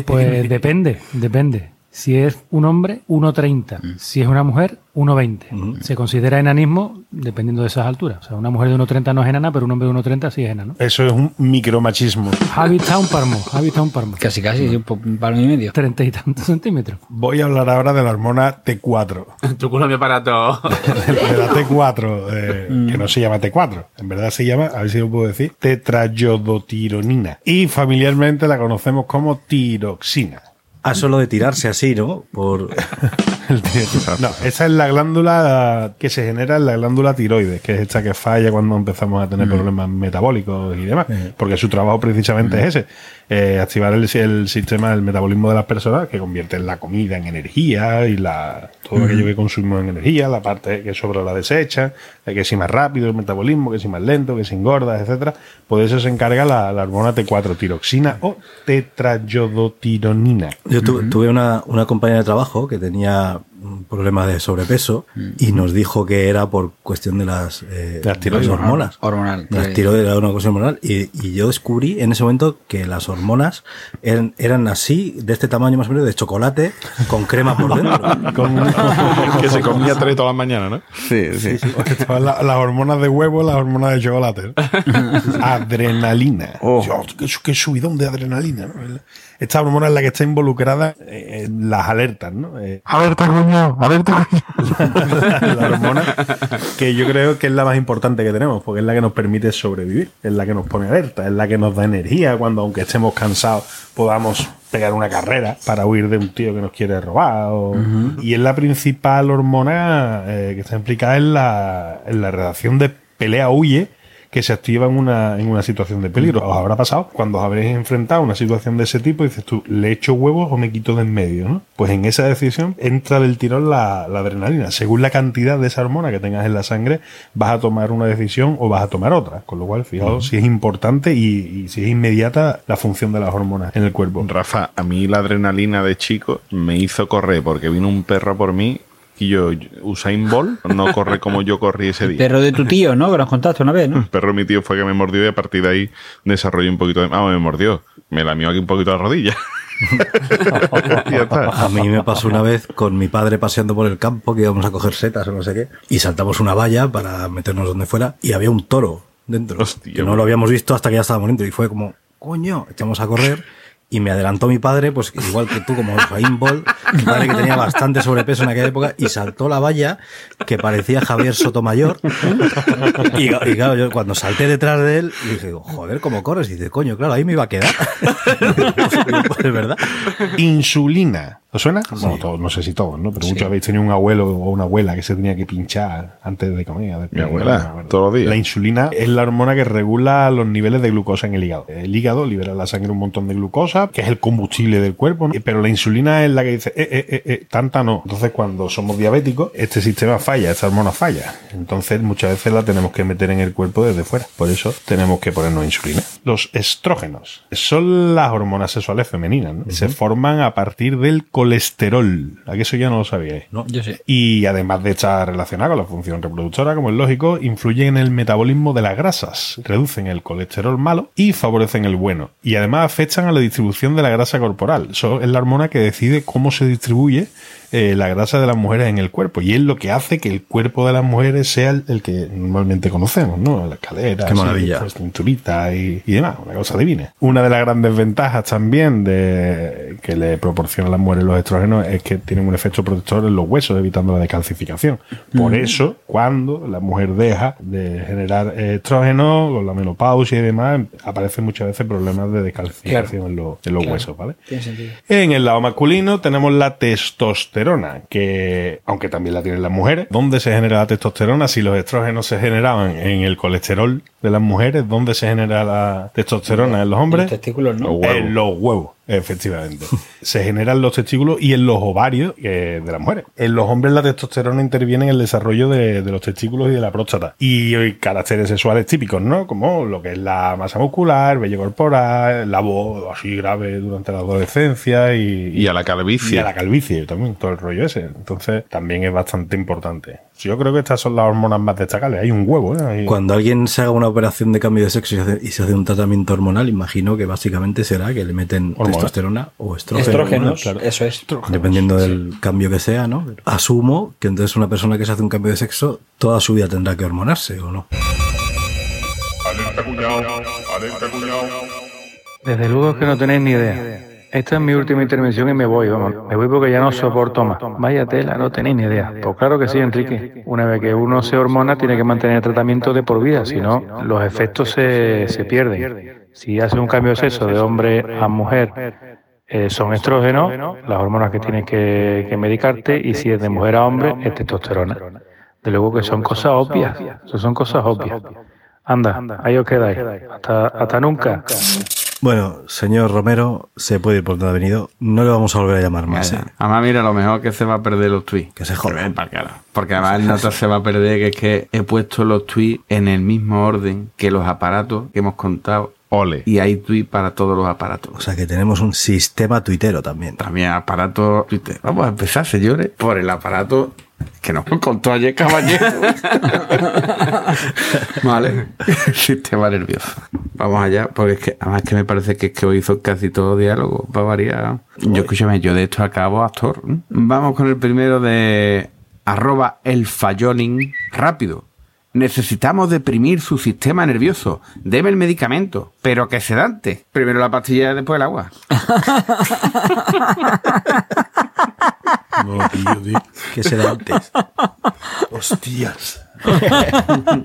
D: pues depende, depende. Si es un hombre, 1,30. Si es una mujer, 1,20. Se considera enanismo dependiendo de esas alturas. O sea, una mujer de 1,30 no es enana, pero un hombre de 1,30 sí es enano.
F: Eso es un micromachismo.
D: Javi está un palmo, Javi está un palmo.
E: Casi, casi, sí, un po- un palmo y medio.
D: Treinta y tantos centímetros.
F: Voy a hablar ahora de la hormona T4.
B: Tu culo mi aparato.
F: de la T4, eh, que no se llama T4, en verdad se llama, a ver si lo puedo decir, tetrayodotironina. Y familiarmente la conocemos como tiroxina.
C: Ah, solo de tirarse así, ¿no? Por...
F: El tiro- no, esa es la glándula que se genera en la glándula tiroides, que es esta que falla cuando empezamos a tener problemas metabólicos y demás, porque su trabajo precisamente es ese, eh, activar el, el sistema del metabolismo de las personas que convierte la comida en energía y la todo aquello que consumimos en energía, la parte que sobra la desecha, eh, que si más rápido el metabolismo, que si más lento, que si engordas, etcétera, pues de eso se encarga la, la hormona T4 tiroxina o tetrayodotironina.
C: Yo tu- tuve una, una compañera de trabajo que tenía un problema de sobrepeso y nos dijo que era por cuestión de las, eh,
F: Las tiroides.
C: las hormonas.
E: Hormonal.
C: Las
E: Eh,
C: tiroides era una cosa hormonal y, y yo descubrí en ese momento que las hormonas eran, eran así, de este tamaño más o menos, de chocolate con crema por dentro.
A: que se comía tres todas las mañanas, ¿no?
G: Sí, sí.
F: Estaban la- las hormonas de huevo, las hormonas de chocolate. adrenalina.
G: Oh.
F: Yo, qué, su- qué subidón de adrenalina. ¿no? Esta hormona es la que está involucrada eh, en las alertas, ¿no? Eh,
A: Alerta, coño, alerta, coño.
F: la hormona que yo creo que es la más importante que tenemos, porque es la que nos permite sobrevivir, es la que nos pone alerta, es la que nos da energía cuando, aunque estemos cansados, podamos pegar una carrera para huir de un tío que nos quiere robar. o- Y es la principal hormona eh, que está implicada en la, en la redacción de pelea-huye que se activa en una, en una situación de peligro. Os habrá pasado cuando os habréis enfrentado a una situación de ese tipo y dices tú, ¿le echo huevos o me quito de en medio? ¿no? Pues en esa decisión entra del tirón la, la adrenalina. Según la cantidad de esa hormona que tengas en la sangre, vas a tomar una decisión o vas a tomar otra. Con lo cual, fijaos si es importante y, y si es inmediata la función de las hormonas en el cuerpo.
A: Rafa, a mí la adrenalina de chico me hizo correr porque vino un perro por mí y yo, Usain Bolt, no corre como yo corrí ese día.
E: Perro de tu tío, ¿no? Que nos contaste una vez, ¿no?
A: El perro de mi tío fue que me mordió y a partir de ahí desarrollé un poquito de... Ah, me mordió. Me lamió aquí un poquito la rodilla. Y ya está.
C: A mí me pasó una vez con mi padre paseando por el campo, que íbamos a coger setas o no sé qué, y saltamos una valla para meternos donde fuera, y había un toro dentro.
A: Hostia,
C: que no lo habíamos visto hasta que ya estábamos dentro, y fue como, coño, echamos a correr. Y me adelantó mi padre, pues igual que tú, como Jaime Ball, mi padre que tenía bastante sobrepeso en aquella época, y saltó la valla que parecía Javier Sotomayor. Y, y claro, yo cuando salté detrás de él, dije, joder, ¿cómo corres? Y dice, coño, claro, ahí me iba a quedar. es verdad.
F: Insulina. ¿Os suena? Bueno, todos, no sé si todos, ¿no? Pero muchos habéis tenido un abuelo o una abuela que se tenía que pinchar antes de comer. después
A: Mi
F: de
A: abuela,
F: comer, ¿verdad?
A: todos los días.
F: La insulina es la hormona que regula los niveles de glucosa en el hígado. El hígado libera a la sangre un montón de glucosa, que es el combustible del cuerpo, ¿no? pero la insulina es la que dice, eh, eh, eh, eh, tanta no. Entonces, cuando somos diabéticos, este sistema falla, esta hormona falla. Entonces, muchas veces la tenemos que meter en el cuerpo desde fuera. Por eso tenemos que ponernos insulina. Los estrógenos son las hormonas sexuales femeninas, ¿no? Se forman a partir del colesterol. ¿A que eso ya no lo eh? sabíais?
C: No,
E: Yo sé.
F: Y además de estar relacionada con la función reproductora, como es lógico, influyen en el metabolismo de las grasas, reducen el colesterol malo y favorecen el bueno. Y además afectan a la distribución de la grasa corporal. Eso es la hormona que decide cómo se distribuye eh, la grasa de las mujeres en el cuerpo. Y es lo que hace que el cuerpo de las mujeres sea el, el que normalmente conocemos, ¿no? La cadera,
C: Qué maravilla.
F: pues, cinturita y, y demás, una cosa divina. Una de las grandes ventajas también de que le proporciona a las mujeres los estrógenos es que tienen un efecto protector en los huesos, evitando la descalcificación. Por eso, cuando la mujer deja de generar eh, estrógeno, con la menopausia y demás, aparecen muchas veces problemas de descalcificación en los, en los huesos, ¿vale?
E: Tiene sentido.
F: En el lado masculino tenemos la testosterona, que aunque también la tienen las mujeres, ¿dónde se genera la testosterona? Si los estrógenos se generaban en el colesterol de las mujeres, ¿dónde se genera la testosterona en los
E: Los
F: hombres?
E: testículos, ¿no?
A: Los huevos.
F: En los huevos, efectivamente. se generan los testículos y en los ovarios eh, de las mujeres. En los hombres la testosterona interviene en el desarrollo de, de los testículos y de la próstata. Y, hay caracteres sexuales típicos, ¿no? Como lo que es la masa muscular, vello corporal, la voz así grave durante la adolescencia y,
A: Y a la
F: y
A: calvicie.
F: a la calvicie también, todo el rollo ese. Entonces, también es bastante importante. Yo creo que estas son las hormonas más destacables. Hay un huevo, ¿eh? Hay-
C: Cuando alguien se haga una operación de cambio de sexo y se hace, y se hace un tratamiento hormonal, imagino que básicamente será que le meten testosterona o estrógeno.
E: Estrógenos,
C: claro.
E: eso es.
C: Dependiendo del cambio que sea, ¿no? Asumo que entonces una persona que se hace un cambio de sexo toda su vida tendrá que hormonarse o no.
H: Desde luego que no tenéis ni idea. Esta es mi última intervención y me voy, vamos. Me voy porque ya no soporto más. Vaya tela, no tenéis ni idea. Pues claro que sí, Enrique. Una vez que uno se hormona, tiene que mantener el tratamiento de por vida, si no, los efectos se, se pierden. Si hace un cambio de sexo de hombre a mujer, eh, son estrógenos, las hormonas que tienes que, que medicarte, y si es de mujer a hombre, es testosterona. De luego que son cosas obvias. Eso son cosas obvias. Anda, ahí os quedáis. Hasta, hasta nunca.
C: Bueno, señor Romero, se puede ir por donde ha venido. No le vamos a volver a llamar más. ¿eh?
G: Además, mira, lo mejor que se va a perder los tweets.
C: Que se
E: eh,
C: jodan.
G: Pa'l carajo. Porque además el nota se va a perder que es que he puesto los tweets en el mismo orden que los aparatos que hemos contado.
A: Ole.
G: Y hay tweets para todos los aparatos.
C: O sea que tenemos un sistema tuitero también.
G: También aparato Twitter. Vamos a empezar, señores, por el aparato que nos contó ayer caballero. vale. Sistema nervioso. Vamos allá, porque es que además que me parece que es que hoy hizo casi todo diálogo, para variar. Yo escúchame, yo de esto acabo actor. Vamos con el primero de arroba el falloning rápido. Necesitamos deprimir su sistema nervioso. Deme el medicamento, pero que sedante. Primero la pastilla, después el agua.
F: No, tío, tío.
C: ¿Qué será antes?
F: Hostias.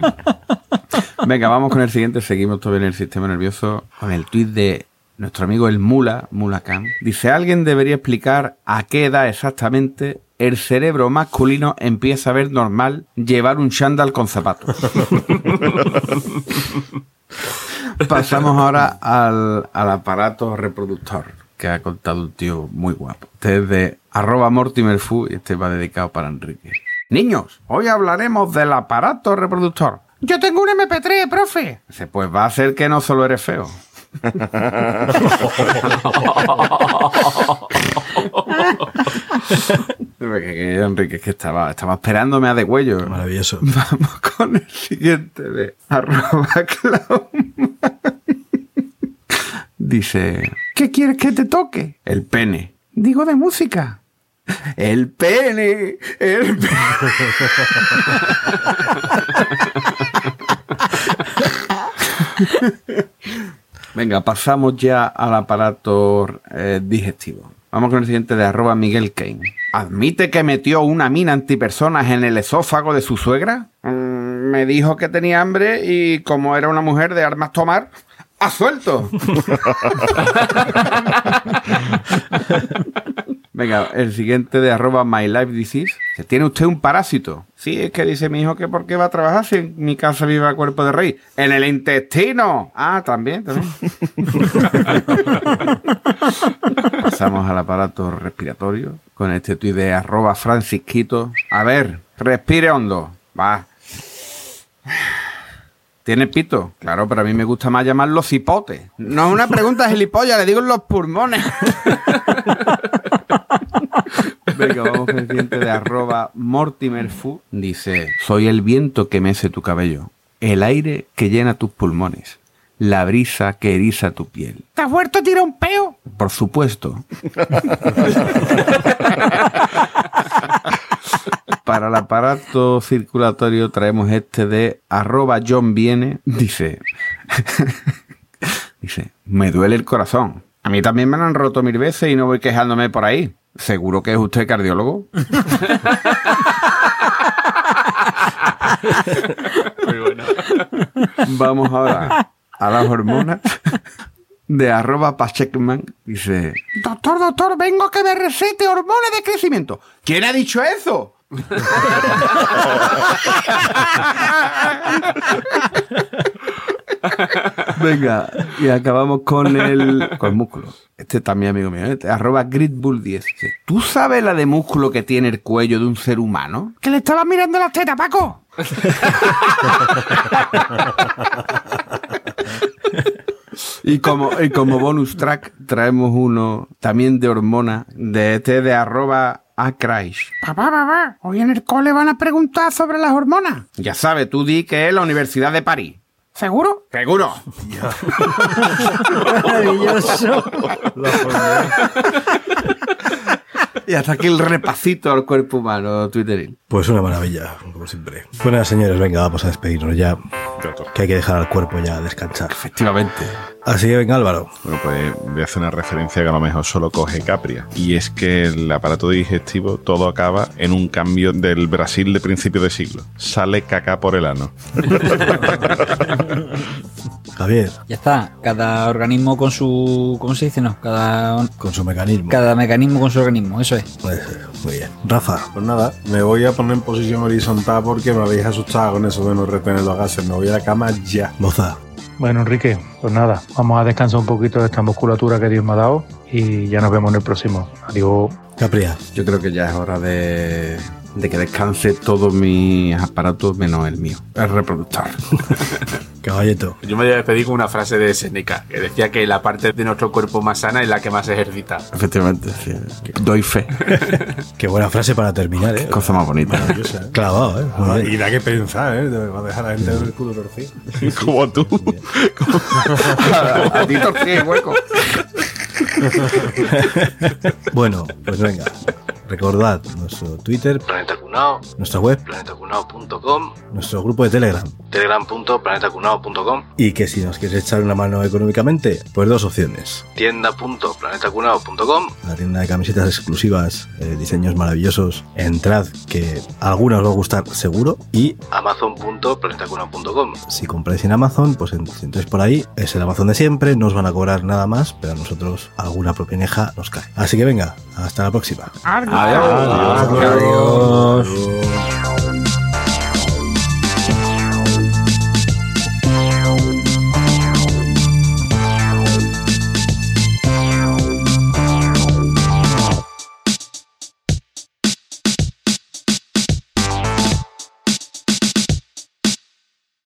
G: Venga, vamos con el siguiente. Seguimos todavía en el sistema nervioso con el tuit de nuestro amigo el Mula, Mula Khan. Dice, alguien debería explicar a qué edad exactamente el cerebro masculino empieza a ver normal llevar un chándal con zapatos. Pasamos ahora al, al aparato reproductor que ha contado un tío muy guapo. Este es de arroba mortimerfu y este va dedicado para Enrique. Niños, hoy hablaremos del aparato reproductor. Yo tengo un MP3, profe. Dice, pues va a ser que no solo eres feo. Que- que Enrique, es que estaba, estaba esperándome a de huello.
C: Maravilloso.
G: Vamos con el siguiente de arroba clown. Dice, ¿qué quieres que te toque? El pene. Digo de música. El pene. El pene. Venga, pasamos ya al aparato eh, digestivo. Vamos con el siguiente de arroba Miguel Kane. ¿Admite que metió una mina antipersonas en el esófago de su suegra? Mm, me dijo que tenía hambre y como era una mujer de armas tomar, ¡ha suelto! Venga, el siguiente de arroba My Life Disease. Que tiene usted un parásito. Sí, es que dice mi hijo que por qué va a trabajar si en mi casa vive a cuerpo de rey. ¡En el intestino! Ah, también, también. Pasamos al aparato respiratorio con este tuit de arroba francisquito. A ver, respire hondo. Va. ¿Tiene pito? Claro, pero a mí me gusta más llamarlo cipote. No es una pregunta gilipollas, le digo en los pulmones. Venga, vamos con el siguiente de arroba mortimerfu. Dice, soy el viento que mece tu cabello, el aire que llena tus pulmones, la brisa que eriza tu piel. ¿Te has vuelto a tirar un peo? Por supuesto. Para el aparato circulatorio traemos este de arroba John Viene. Dice, Dice, me duele el corazón. A mí también me lo han roto mil veces y no voy quejándome por ahí. ¿Seguro que es usted cardiólogo?
B: Muy bueno.
G: Vamos ahora a las hormonas de arroba Pachecman. Dice, doctor, doctor, vengo a que me recete hormonas de crecimiento. ¿Quién ha dicho eso? Venga, y acabamos con el, con el músculo. Este también, amigo mío, ¿eh? arroba gridbull10. Dice, ¿Tú sabes la de músculo que tiene el cuello de un ser humano? Que le estaba mirando las tetas, Paco. Y como, y como bonus track traemos uno también de hormona de este de arroba a Crash. Papá, papá, hoy en el cole van a preguntar sobre las hormonas. Ya sabes, tú di que es la Universidad de París. ¿Seguro? Seguro.
E: Maravilloso.
G: Y hasta aquí el repacito al cuerpo humano, Twitterín.
C: Pues una maravilla, como siempre. Bueno, señores, venga, vamos a despedirnos ya. Que hay que dejar al cuerpo ya descansar.
G: Efectivamente.
C: Así que venga, Álvaro.
A: Bueno, pues voy a hacer una referencia que a lo mejor solo coge Capria. Y es que el aparato digestivo todo acaba en un cambio del Brasil de principio de siglo. Sale caca por el ano.
C: Javier,
E: Ya está. Cada organismo con su. ¿Cómo se dice? No, cada.
C: con su mecanismo.
E: Cada mecanismo con su organismo, eso es.
C: Puede ser, muy bien. Rafa,
F: Pues nada, me voy a poner en posición horizontal porque me habéis asustado con eso de no retener los gases. Me voy a la cama ya.
C: Moza,
H: Bueno, Enrique, pues nada, vamos a descansar un poquito de esta musculatura que Dios me ha dado y ya nos vemos en el próximo. Adiós.
C: Capria,
G: Yo creo que ya es hora de, de que descanse todos mis aparatos menos el mío, el reproductor.
C: Caballeto,
B: Yo me voy a despedir con una frase de Seneca, que decía que la parte de nuestro cuerpo más sana es la que más se ejercita.
G: Efectivamente, sí. Doy fe.
C: qué buena frase para terminar, ¿eh?
G: Cosa más bonita.
C: Clavado, ¿eh? Muy bien.
F: Ah, Y da que pensar, ¿eh? Va a dejar a la gente el culo torcido.
A: Como tú.
G: A ti torcí hueco.
C: Bueno, pues venga. Recordad nuestro Twitter,
J: Planeta Cunao,
C: nuestra web,
J: planetacunao.com,
C: nuestro grupo de Telegram.
J: telegram.planetacunao.com,
C: Y que si nos quieres echar una mano económicamente, pues dos opciones.
J: tienda.planetacunao.com,
C: La tienda de camisetas exclusivas, eh, diseños maravillosos. Entrad, que a algunos os va a gustar seguro. Y
J: amazon.planetacunao.com.
C: si compráis en Amazon, pues en- si entráis por ahí, es el Amazon de siempre, no os van a cobrar nada más, pero a nosotros alguna propineja nos cae. Así que venga, hasta la próxima.
G: Adiós.
C: Adiós.